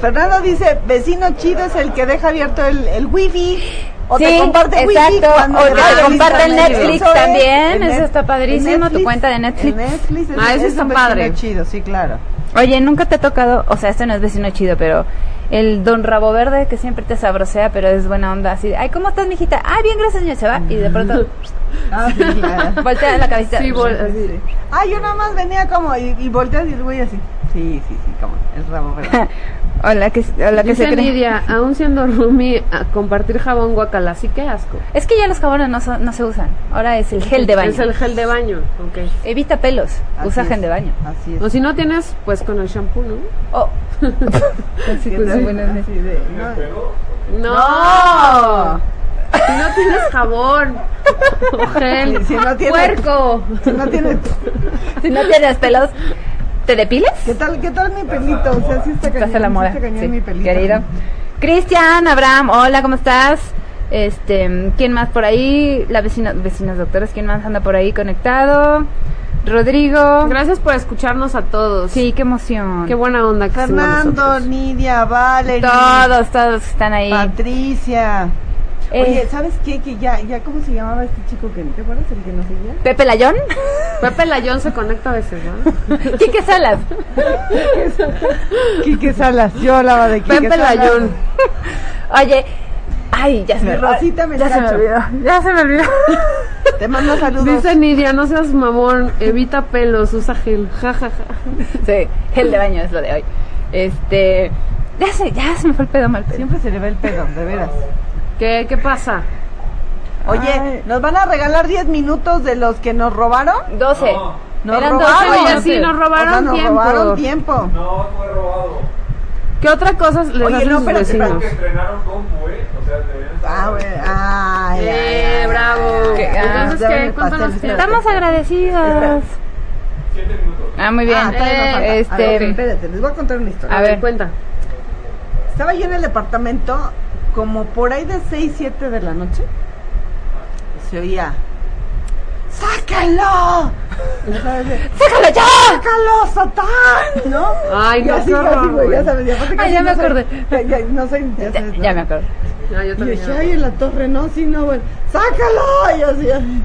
S4: Fernando dice, vecino chido es el que deja abierto el, el wifi. O
S3: Sí,
S4: te comparte wifi
S3: exacto,
S4: cuando
S3: o que
S4: vas
S2: te
S4: a
S2: comparte
S4: visitar
S2: el
S4: a
S2: Netflix
S4: Netflix.
S3: también,
S4: El
S3: eso
S4: Net-
S3: está
S4: el
S3: padrísimo, tu cuenta de
S4: el
S3: Netflix.
S4: Netflix es,
S2: Ah, eso
S4: es
S2: está
S4: un vecino
S2: padre.
S4: chido, sí, claro.
S3: Oye, nunca te ha tocado, o sea, este no es vecino chido, pero el don Rabo Verde que siempre te sabrosea, pero es buena onda, así, de, ay, ¿cómo estás, mijita? Ay, bien, gracias, señor, se va, y de pronto
S4: Ah, sí, claro.
S3: voltea la cabecita.
S2: Sí, vol- así.
S4: Ah, yo nada más venía como y, y volteas y el güey así. Sí, sí, sí, como el ramo verde.
S3: hola, que, hola, que
S2: Dice
S3: se cree.
S2: Lidia, aún siendo roomie, a compartir jabón guacala, sí que asco.
S3: Es que ya los jabones no, son- no se usan, ahora es el gel de baño.
S2: Es el gel de baño, ok.
S3: Evita pelos,
S4: Así
S3: usa
S4: es,
S3: gel de baño.
S4: Así es.
S2: O si no tienes, pues con el shampoo, ¿no?
S3: Oh.
S4: Sí,
S3: pues
S4: sí,
S3: sí, buenas
S4: así de- no.
S2: No. Si no tienes jabón. o Gel.
S4: Si no tiene-
S2: Puerco.
S4: Si no tiene.
S3: Si no tienes pelos, ¿te depiles?
S4: ¿Qué tal, qué tal mi pelito? O sea, sí está cañón.
S3: Estás a la
S4: sí
S3: moda.
S4: está cañón
S3: sí,
S4: mi pelito.
S3: querido. Cristian, Abraham, hola, ¿cómo estás? Este, ¿quién más por ahí? La vecina, vecinas doctoras, ¿quién más anda por ahí conectado? Rodrigo.
S2: Gracias por escucharnos a todos.
S3: Sí, qué emoción.
S2: Qué buena onda que estuvo
S4: Fernando,
S2: nosotros.
S4: Nidia, Valerie,
S3: Todos, todos están ahí.
S4: Patricia. Oye,
S3: Eh.
S4: ¿sabes qué? Que ya, ya, ¿cómo se llamaba este chico que te acuerdas? El que nos seguía.
S3: Pepe Layón.
S2: Pepe Layón se conecta a veces, ¿no?
S3: Quique Salas.
S4: Quique Salas, yo hablaba de Quique
S2: Pepe
S4: Salas.
S2: Layón.
S3: Oye. Ay, ya se me
S4: Rosita
S3: ya se me
S4: Melcacho.
S3: olvidó. Ya se me olvidó.
S4: Te mando saludos.
S2: Dice Nidia, no seas mamón, evita pelos, usa gel. Ja, ja, ja.
S3: sí, el de baño es lo de hoy. Este. Ya se, ya se me fue el pedo mal pedo.
S4: Siempre se le ve el pedo, de veras.
S2: ¿Qué, ¿Qué pasa?
S4: Oye, ¿nos van a regalar 10 minutos de los que nos robaron?
S3: 12.
S4: Nos
S3: Eran
S4: robaron.
S3: doce
S2: Oye,
S3: minutos.
S2: sí, nos robaron
S4: O sea, nos
S2: tiempo.
S4: robaron tiempo.
S6: No, fue robado.
S2: ¿Qué otra cosa les
S4: Oye,
S2: hacen
S4: no,
S2: sus
S4: espérate,
S2: vecinos?
S4: espérate.
S6: Entrenaron compu, ¿eh? O sea, deberían estar-
S4: Ah, güey, ay, ay,
S2: Eh,
S4: ay.
S2: bravo.
S3: Que- ah,
S2: Entonces,
S4: ya ven
S2: ¿qué?
S4: el
S2: Cuéntanos
S4: pastel,
S2: qué.
S4: espérate.
S3: Estamos agradecidos.
S6: Siete minutos.
S3: Ah, muy bien.
S4: Ah, todavía nos falta.
S3: Eh,
S4: A
S2: Ah,
S4: ver,
S3: este,
S4: espérate, les voy a contar una historia.
S3: A
S2: A
S3: ver.
S2: ver, cuenta.
S4: Estaba yo en el departamento como por ahí de 6, 7 de la noche. Se oía. ¡Sáquenlo!
S3: ¡Sácalo ya!
S4: ¡Sácalo, Satán! ¿No?
S2: Ay,
S4: Y
S2: no,
S4: así,
S2: qué horror,
S4: así, güey,
S2: güey.
S4: ya sabes, y aparte
S3: Ay,
S4: casi
S3: ya me
S4: no soy-
S3: acordé.
S4: ya- ya- no sé, ya
S3: Ya,
S4: sabes, ¿no?
S3: ya me acuerdo.
S2: Ah, yo
S4: Y yo
S2: también.
S4: dije, ay, en la torre, no, sí, no, güey. ¡Sácalo! Y yo así, ay.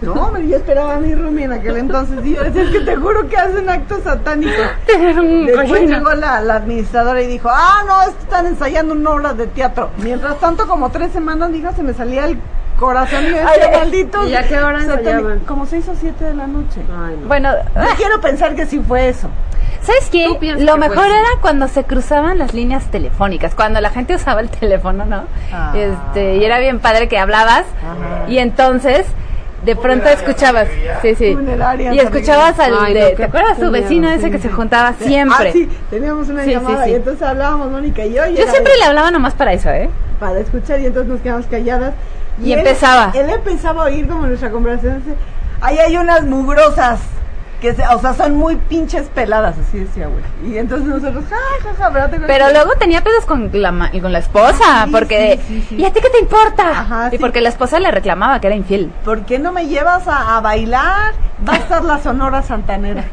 S4: No, hombre, yo esperaba a mi Rumi en aquel entonces. Y yo decía, es que te juro que hacen actos satánicos. Después llegó la, la administradora y dijo, ah, no, es que están ensayando una obra de teatro. Mientras tanto, como tres semanas, dijo, se me salía el corazón y yo decía,
S3: Ay,
S4: maldito.
S2: ¿y a qué hora ensayaban?
S4: Como seis o siete de la noche.
S2: Ay, no.
S3: Bueno,
S4: Yo quiero pensar que sí fue eso.
S3: ¿sabes qué?
S2: Tú piensas
S3: Lo
S2: que
S3: mejor
S2: fue así.
S3: era cuando se cruzaban las líneas telefónicas, cuando la gente usaba el teléfono, ¿no?
S4: Ah.
S3: Este, y era bien padre que hablabas y entonces de pronto escuchabas, sí, sí.
S4: Funeraria,
S3: Y escuchabas al
S2: Ay, no,
S3: de,
S2: qué-
S3: ¿te acuerdas
S2: qué
S3: tu vecino
S2: miedo,
S3: ese
S2: sí,
S3: que
S2: sí.
S3: se juntaba siempre?
S4: Ah, sí, teníamos una
S3: Sí, sí,
S4: llamada
S3: sí.
S4: y entonces hablábamos Mónica y yo. y
S3: Yo
S4: era
S3: siempre le hablaba nomás para eso, ¿eh?
S4: para escuchar y entonces nos quedamos calladas.
S3: Y
S4: él-
S3: empezaba.
S4: Él empezaba a oír como nuestra conversación. dice, Ahí hay unas mugrosas. Que se- o sea, son muy pinches peladas, así decía, güey. Y entonces nosotros, ja, ja, ja, ¿verdad? ¿Te acuerdas?
S3: Pero luego tenía pedos con la, ma- con la esposa,
S4: Sí,
S3: porque...
S4: sí, sí, sí.
S3: ¿Y a ti qué te importa?
S4: Ajá,
S3: y
S4: sí.
S3: porque la esposa le reclamaba que era infiel.
S4: ¿Por qué no me llevas a, a bailar? Va a estar la Sonora Santanera.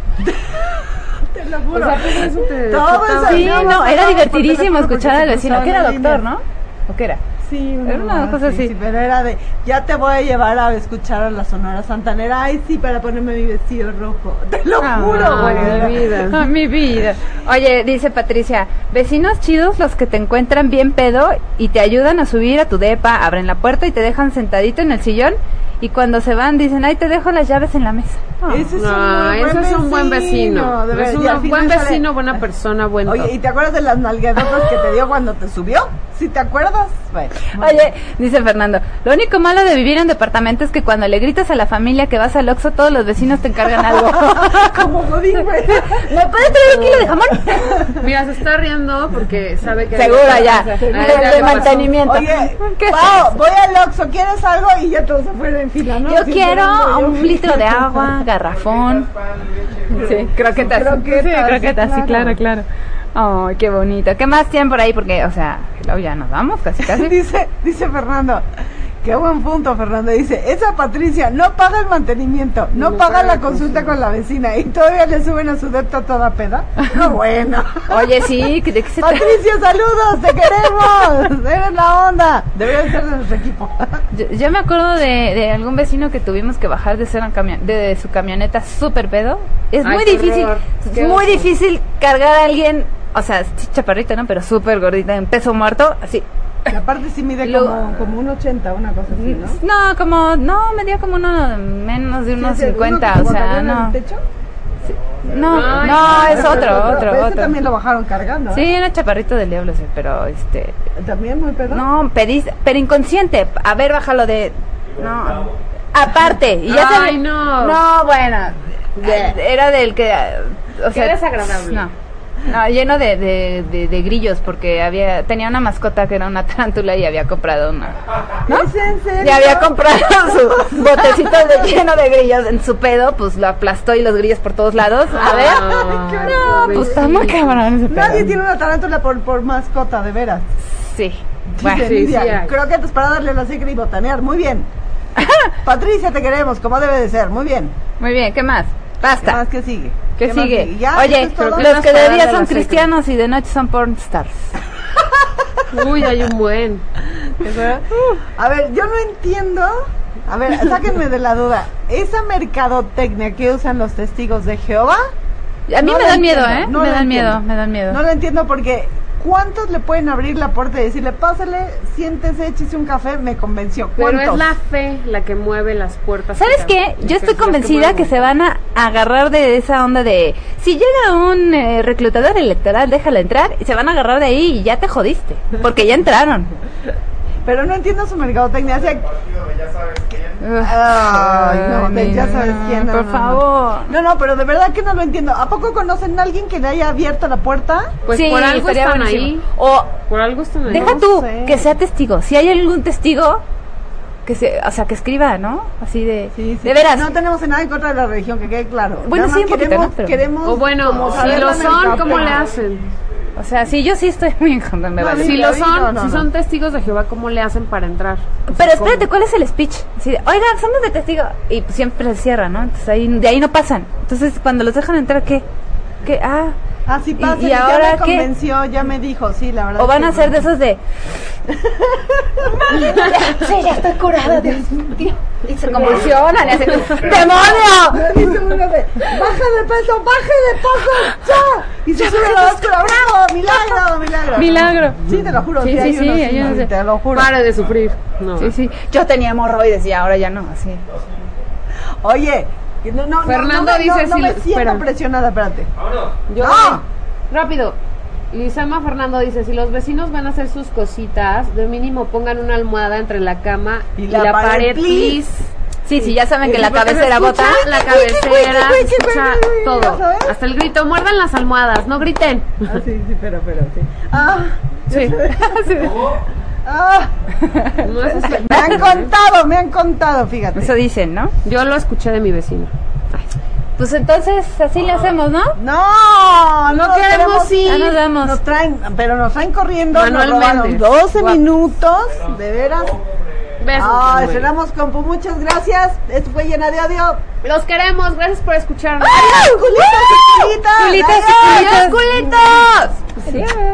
S4: te lo juro.
S2: O sea,
S3: pues,
S2: todo eso te
S4: eso.
S2: chutaba.
S3: Sí,
S4: no,
S3: no,
S4: no,
S3: era
S4: no,
S3: divertidísimo
S4: porque
S3: escuchar al
S4: te
S3: vecino,
S4: cruzaban
S3: que era
S4: la
S3: doctor,
S4: línea.
S3: ¿no? ¿O qué era?
S4: Sí,
S3: Era una
S4: mamá,
S3: cosa
S4: sí,
S3: así.
S4: sí, pero era de, ya te voy a llevar a escuchar a la Sonora Santanera. Ay, sí, para ponerme mi vestido rojo. Te lo
S3: Ah,
S4: juro, güey.
S2: mi vida.
S3: Ah, mi vida. Oye, dice Patricia, vecinos chidos los que te encuentran bien pedo y te ayudan a subir a tu depa, abren la puerta y te dejan sentadito en el sillón y cuando se van dicen, ay, te dejo las llaves en la mesa. Ah.
S4: Ese es,
S2: No,
S4: un, muy
S2: eso Pues, es un buen vecino.
S4: de
S2: es
S4: verdad, y al
S2: un
S4: final
S2: buen
S4: sale-
S2: vecino, buena persona, buen
S4: Oye, ¿y te acuerdas de las nalgadotas que te dio cuando te subió? ¿Sí te acuerdas? Bueno, muy
S3: Oye, dice Fernando, lo único malo de vivir en departamento es que cuando le gritas a la familia que vas al Oxxo, todos los vecinos te encargan algo.
S4: bien. como jodín, güey.
S3: ¿Me puedes traer un kilo de jamón?
S2: Mira, se está riendo porque sabe que...
S3: Segura ya.
S2: Ah,
S3: De,
S2: ya
S3: de
S2: pasó.
S3: mantenimiento.
S4: Oye,
S3: ¿Qué
S4: Pau, voy al Oxxo, ¿quieres algo? Y ya todos se fueron en fila, ¿no?
S3: Yo
S4: Así
S3: quiero
S4: esperando, yo.
S3: un litro de agua, garrafón. Sí, croquetas.
S4: croquetas,
S3: sí, croquetas, sí,
S4: sí,
S3: claro,
S4: claro.
S3: claro. Ay, qué bonito. ¿Qué más tienen por ahí? Porque, o sea, luego ya nos vamos casi, casi.
S4: Dice, dice Fernando, qué buen punto, Fernando. Dice, esa Patricia no paga el mantenimiento, no, paga la consulta con la vecina y todavía le suben a su depto toda peda. No, bueno.
S3: Oye, sí, ¿de qué se trata?
S4: Patricia, saludos, te queremos. Eres la onda. Deberías ser de nuestro equipo.
S3: Yo, yo me acuerdo de, de algún vecino que tuvimos que bajar de, ser un camio- de, de su camioneta súper pedo. Es
S2: Ay,
S3: muy
S2: qué
S3: difícil,
S2: horror. Qué
S3: es muy
S2: oso.
S3: difícil cargar a alguien, o sea, sí, chaparrito, ¿no? Pero súper gordita, en peso muerto, así.
S4: Y aparte sí mide
S3: Lo-
S4: como, como un 80, una cosa así, ¿no?
S3: No, como, no, me dio como uno, menos de unos
S4: Sí, es el uno que
S3: 50, o
S4: como
S3: sea,
S4: cayó en el
S3: no.
S4: techo.
S3: No,
S2: Ay,
S3: no,
S2: no,
S3: es otro, otro,
S4: Pero ese
S3: otro.
S4: también lo bajaron cargando.
S3: Sí,
S4: ¿eh?
S3: era chaparrito del diablo, sí, pero este.
S4: También muy pedo.
S3: No, pedís, pero inconsciente. A ver, bájalo de. No. Aparte. Y ya se-
S2: Ay, no.
S3: No, bueno. Era del que. ah, O sea,
S2: desagradable.
S3: No. No, lleno de, de, de- de grillos, porque había tenía una mascota que era una tarántula y había comprado una.
S4: ¿Es en serio?
S3: Y había comprado su botecito de, lleno de grillos en su pedo, pues lo aplastó y los grillos por todos lados. A ver.
S2: Ay, qué
S3: no, pues está muy
S2: pobrecito.
S3: cabrón ese
S4: Nadie
S3: pedo.
S4: tiene una tarántula por, por mascota, de veras.
S3: Sí.
S4: Dice
S3: Bueno,
S2: sí,
S4: Lidia,
S2: sí hay.
S4: Croquetas para darle la secre y botanear. Muy bien. Patricia, te queremos, como debe de ser. Muy bien.
S3: Muy bien, ¿qué más?
S4: ¿Qué
S3: Basta.
S4: más que sigue?
S2: ¿Qué
S4: más
S2: sigue?
S4: Ya,
S3: Oye,
S4: ¿esto es todo?
S2: creo
S3: los que de
S2: Para
S3: día
S2: darle
S3: son
S2: la
S3: cristianos y de noche son porn stars.
S2: Uy, hay un buen.
S4: A ver, yo no entiendo. A ver, sáquenme de la duda. Esa mercadotecnia que usan los testigos de Jehová,
S3: A mí
S4: No
S3: me
S4: lo
S3: dan miedo,
S4: entiendo,
S3: ¿eh?
S4: no
S3: me
S4: lo
S3: dan miedo,
S4: entiendo.
S3: me dan miedo.
S4: no la entiendo porque ¿cuántos le pueden abrir la puerta y decirle, pásale, siéntese, échese un café? Me convenció.
S2: Pero
S4: ¿Cuántos?
S2: es la fe la que mueve las puertas.
S3: ¿Sabes qué? Yo estoy convencida que se van a agarrar de esa onda de si llega un eh, reclutador electoral, déjala entrar, y se van a agarrar de ahí y ya te jodiste, porque ya entraron.
S4: Pero no entiendo su mercadotecnia. O sea, Ay, no, de ya sabes quién, no,
S3: Por
S4: no, no.
S3: favor.
S4: no, no, pero de verdad que no lo entiendo. ¿A poco conocen a alguien que le haya abierto la puerta?
S2: Pues
S3: Sí,
S2: por algo
S3: estaría
S2: están
S3: buenísimo.
S2: ahí.
S3: O
S2: Por algo están ahí.
S3: deja
S4: No
S3: tú
S4: sé.
S3: que sea testigo. Si hay algún testigo que se, o sea, que escriba, ¿no? Así de de veras.
S4: No tenemos nada en contra de la religión, que quede claro.
S3: Bueno,
S4: Nada
S3: sí,
S4: más
S3: un poquito,
S4: queremos,
S3: ¿no? Pero-
S4: queremos
S2: O bueno,
S4: como
S2: si
S4: saber
S2: lo
S4: la
S2: son, ¿cómo
S4: mercadotecnia.
S2: le hacen?
S3: O sea, sí, yo sí estoy muy en contra, me
S4: No,
S3: vale.
S4: sí,
S2: Si lo
S4: ahí
S2: son,
S4: no, no,
S2: si
S4: no.
S2: son testigos de Jehová, ¿cómo le hacen para entrar? O sea,
S3: Pero espérate, ¿cuál es el speech? Así de, Oigan, somos de testigo. Y pues, siempre se cierra, ¿no? Entonces ahí, de ahí no pasan. Entonces cuando los dejan entrar, ¿qué? ¿Qué? Ah.
S4: Así
S3: ¿Y-
S4: pasa,
S3: y
S4: ya
S3: ahora
S4: me
S3: qué?
S4: convenció, ya me dijo, sí, la verdad.
S3: O van
S4: es
S3: a
S4: que
S3: ser
S4: no.
S3: de esos de. sí, ya estoy curada, Dios mío. Y se convulsionan y hacen. ¡Demonio!
S4: Dice uno de, baja de peso, baja de peso, ya. Y se sube la báscula, bravo, milagro, milagro.
S2: Milagro.
S4: Sí, te lo juro,
S2: Sí,
S4: sí,
S2: sí,
S4: hay
S2: sí,
S4: unos,
S2: hay unos de-
S4: te lo juro.
S2: Para de sufrir. No.
S3: Sí, sí. Yo tenía hemorroides y ahora ya no, así.
S4: Oye, que no, no, no,
S2: Fernando
S4: no, me-
S2: dice
S4: no, no
S2: sí,
S4: me siento
S2: espera.
S4: presionada, espérate.
S2: Yo-
S4: ¡No!
S2: Rápido. Lizama Fernando dice, si los vecinos van a hacer sus cositas, de mínimo pongan una almohada entre la cama y, la, pared, please.
S3: Sí, sí, ya saben que
S4: Y
S3: la
S4: porque se
S3: cabecera bota.
S2: Escucha la cabecera, se escucha todo.
S4: ¿sabes?
S2: Hasta el grito, muerdan las almohadas, no griten.
S4: Ah, sí, sí, pero, pero, sí. Ah,
S2: Sí.
S4: ah,
S2: No, eso es-
S4: me han contado, me han contado, fíjate.
S3: Eso dicen, ¿no?
S2: Yo lo escuché de mi vecino.
S3: Pues entonces así le hacemos, ¿no?
S4: No, no,
S2: No queremos ir.
S3: Ya nos vamos.
S4: Nos traen, pero nos traen corriendo. nos
S2: Manualmente.
S4: robaron 12
S2: Guapos.
S4: minutos, de veras.
S2: Besos.
S4: Ay,
S2: Bueno.
S4: cerramos compu, muchas gracias. Esto fue llena de odio.
S2: Los queremos, gracias por escucharnos.
S4: ¡Adiós, culitos y culitas!
S3: ¡Culitos y
S4: ¡Adiós!
S3: culitos! culitos! Adiós.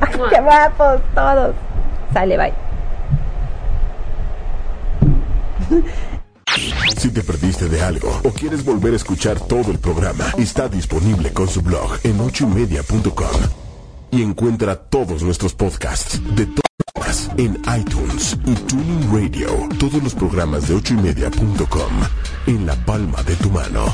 S3: Ay, qué guapos todos. Sale, bye.
S1: Si te perdiste de algo o quieres volver a escuchar todo el programa, está disponible con su blog en ochoymedia.com. Y encuentra todos nuestros podcasts de todas en iTunes y Tuning Radio. Todos los programas de ochoymedia.com en la palma de tu mano.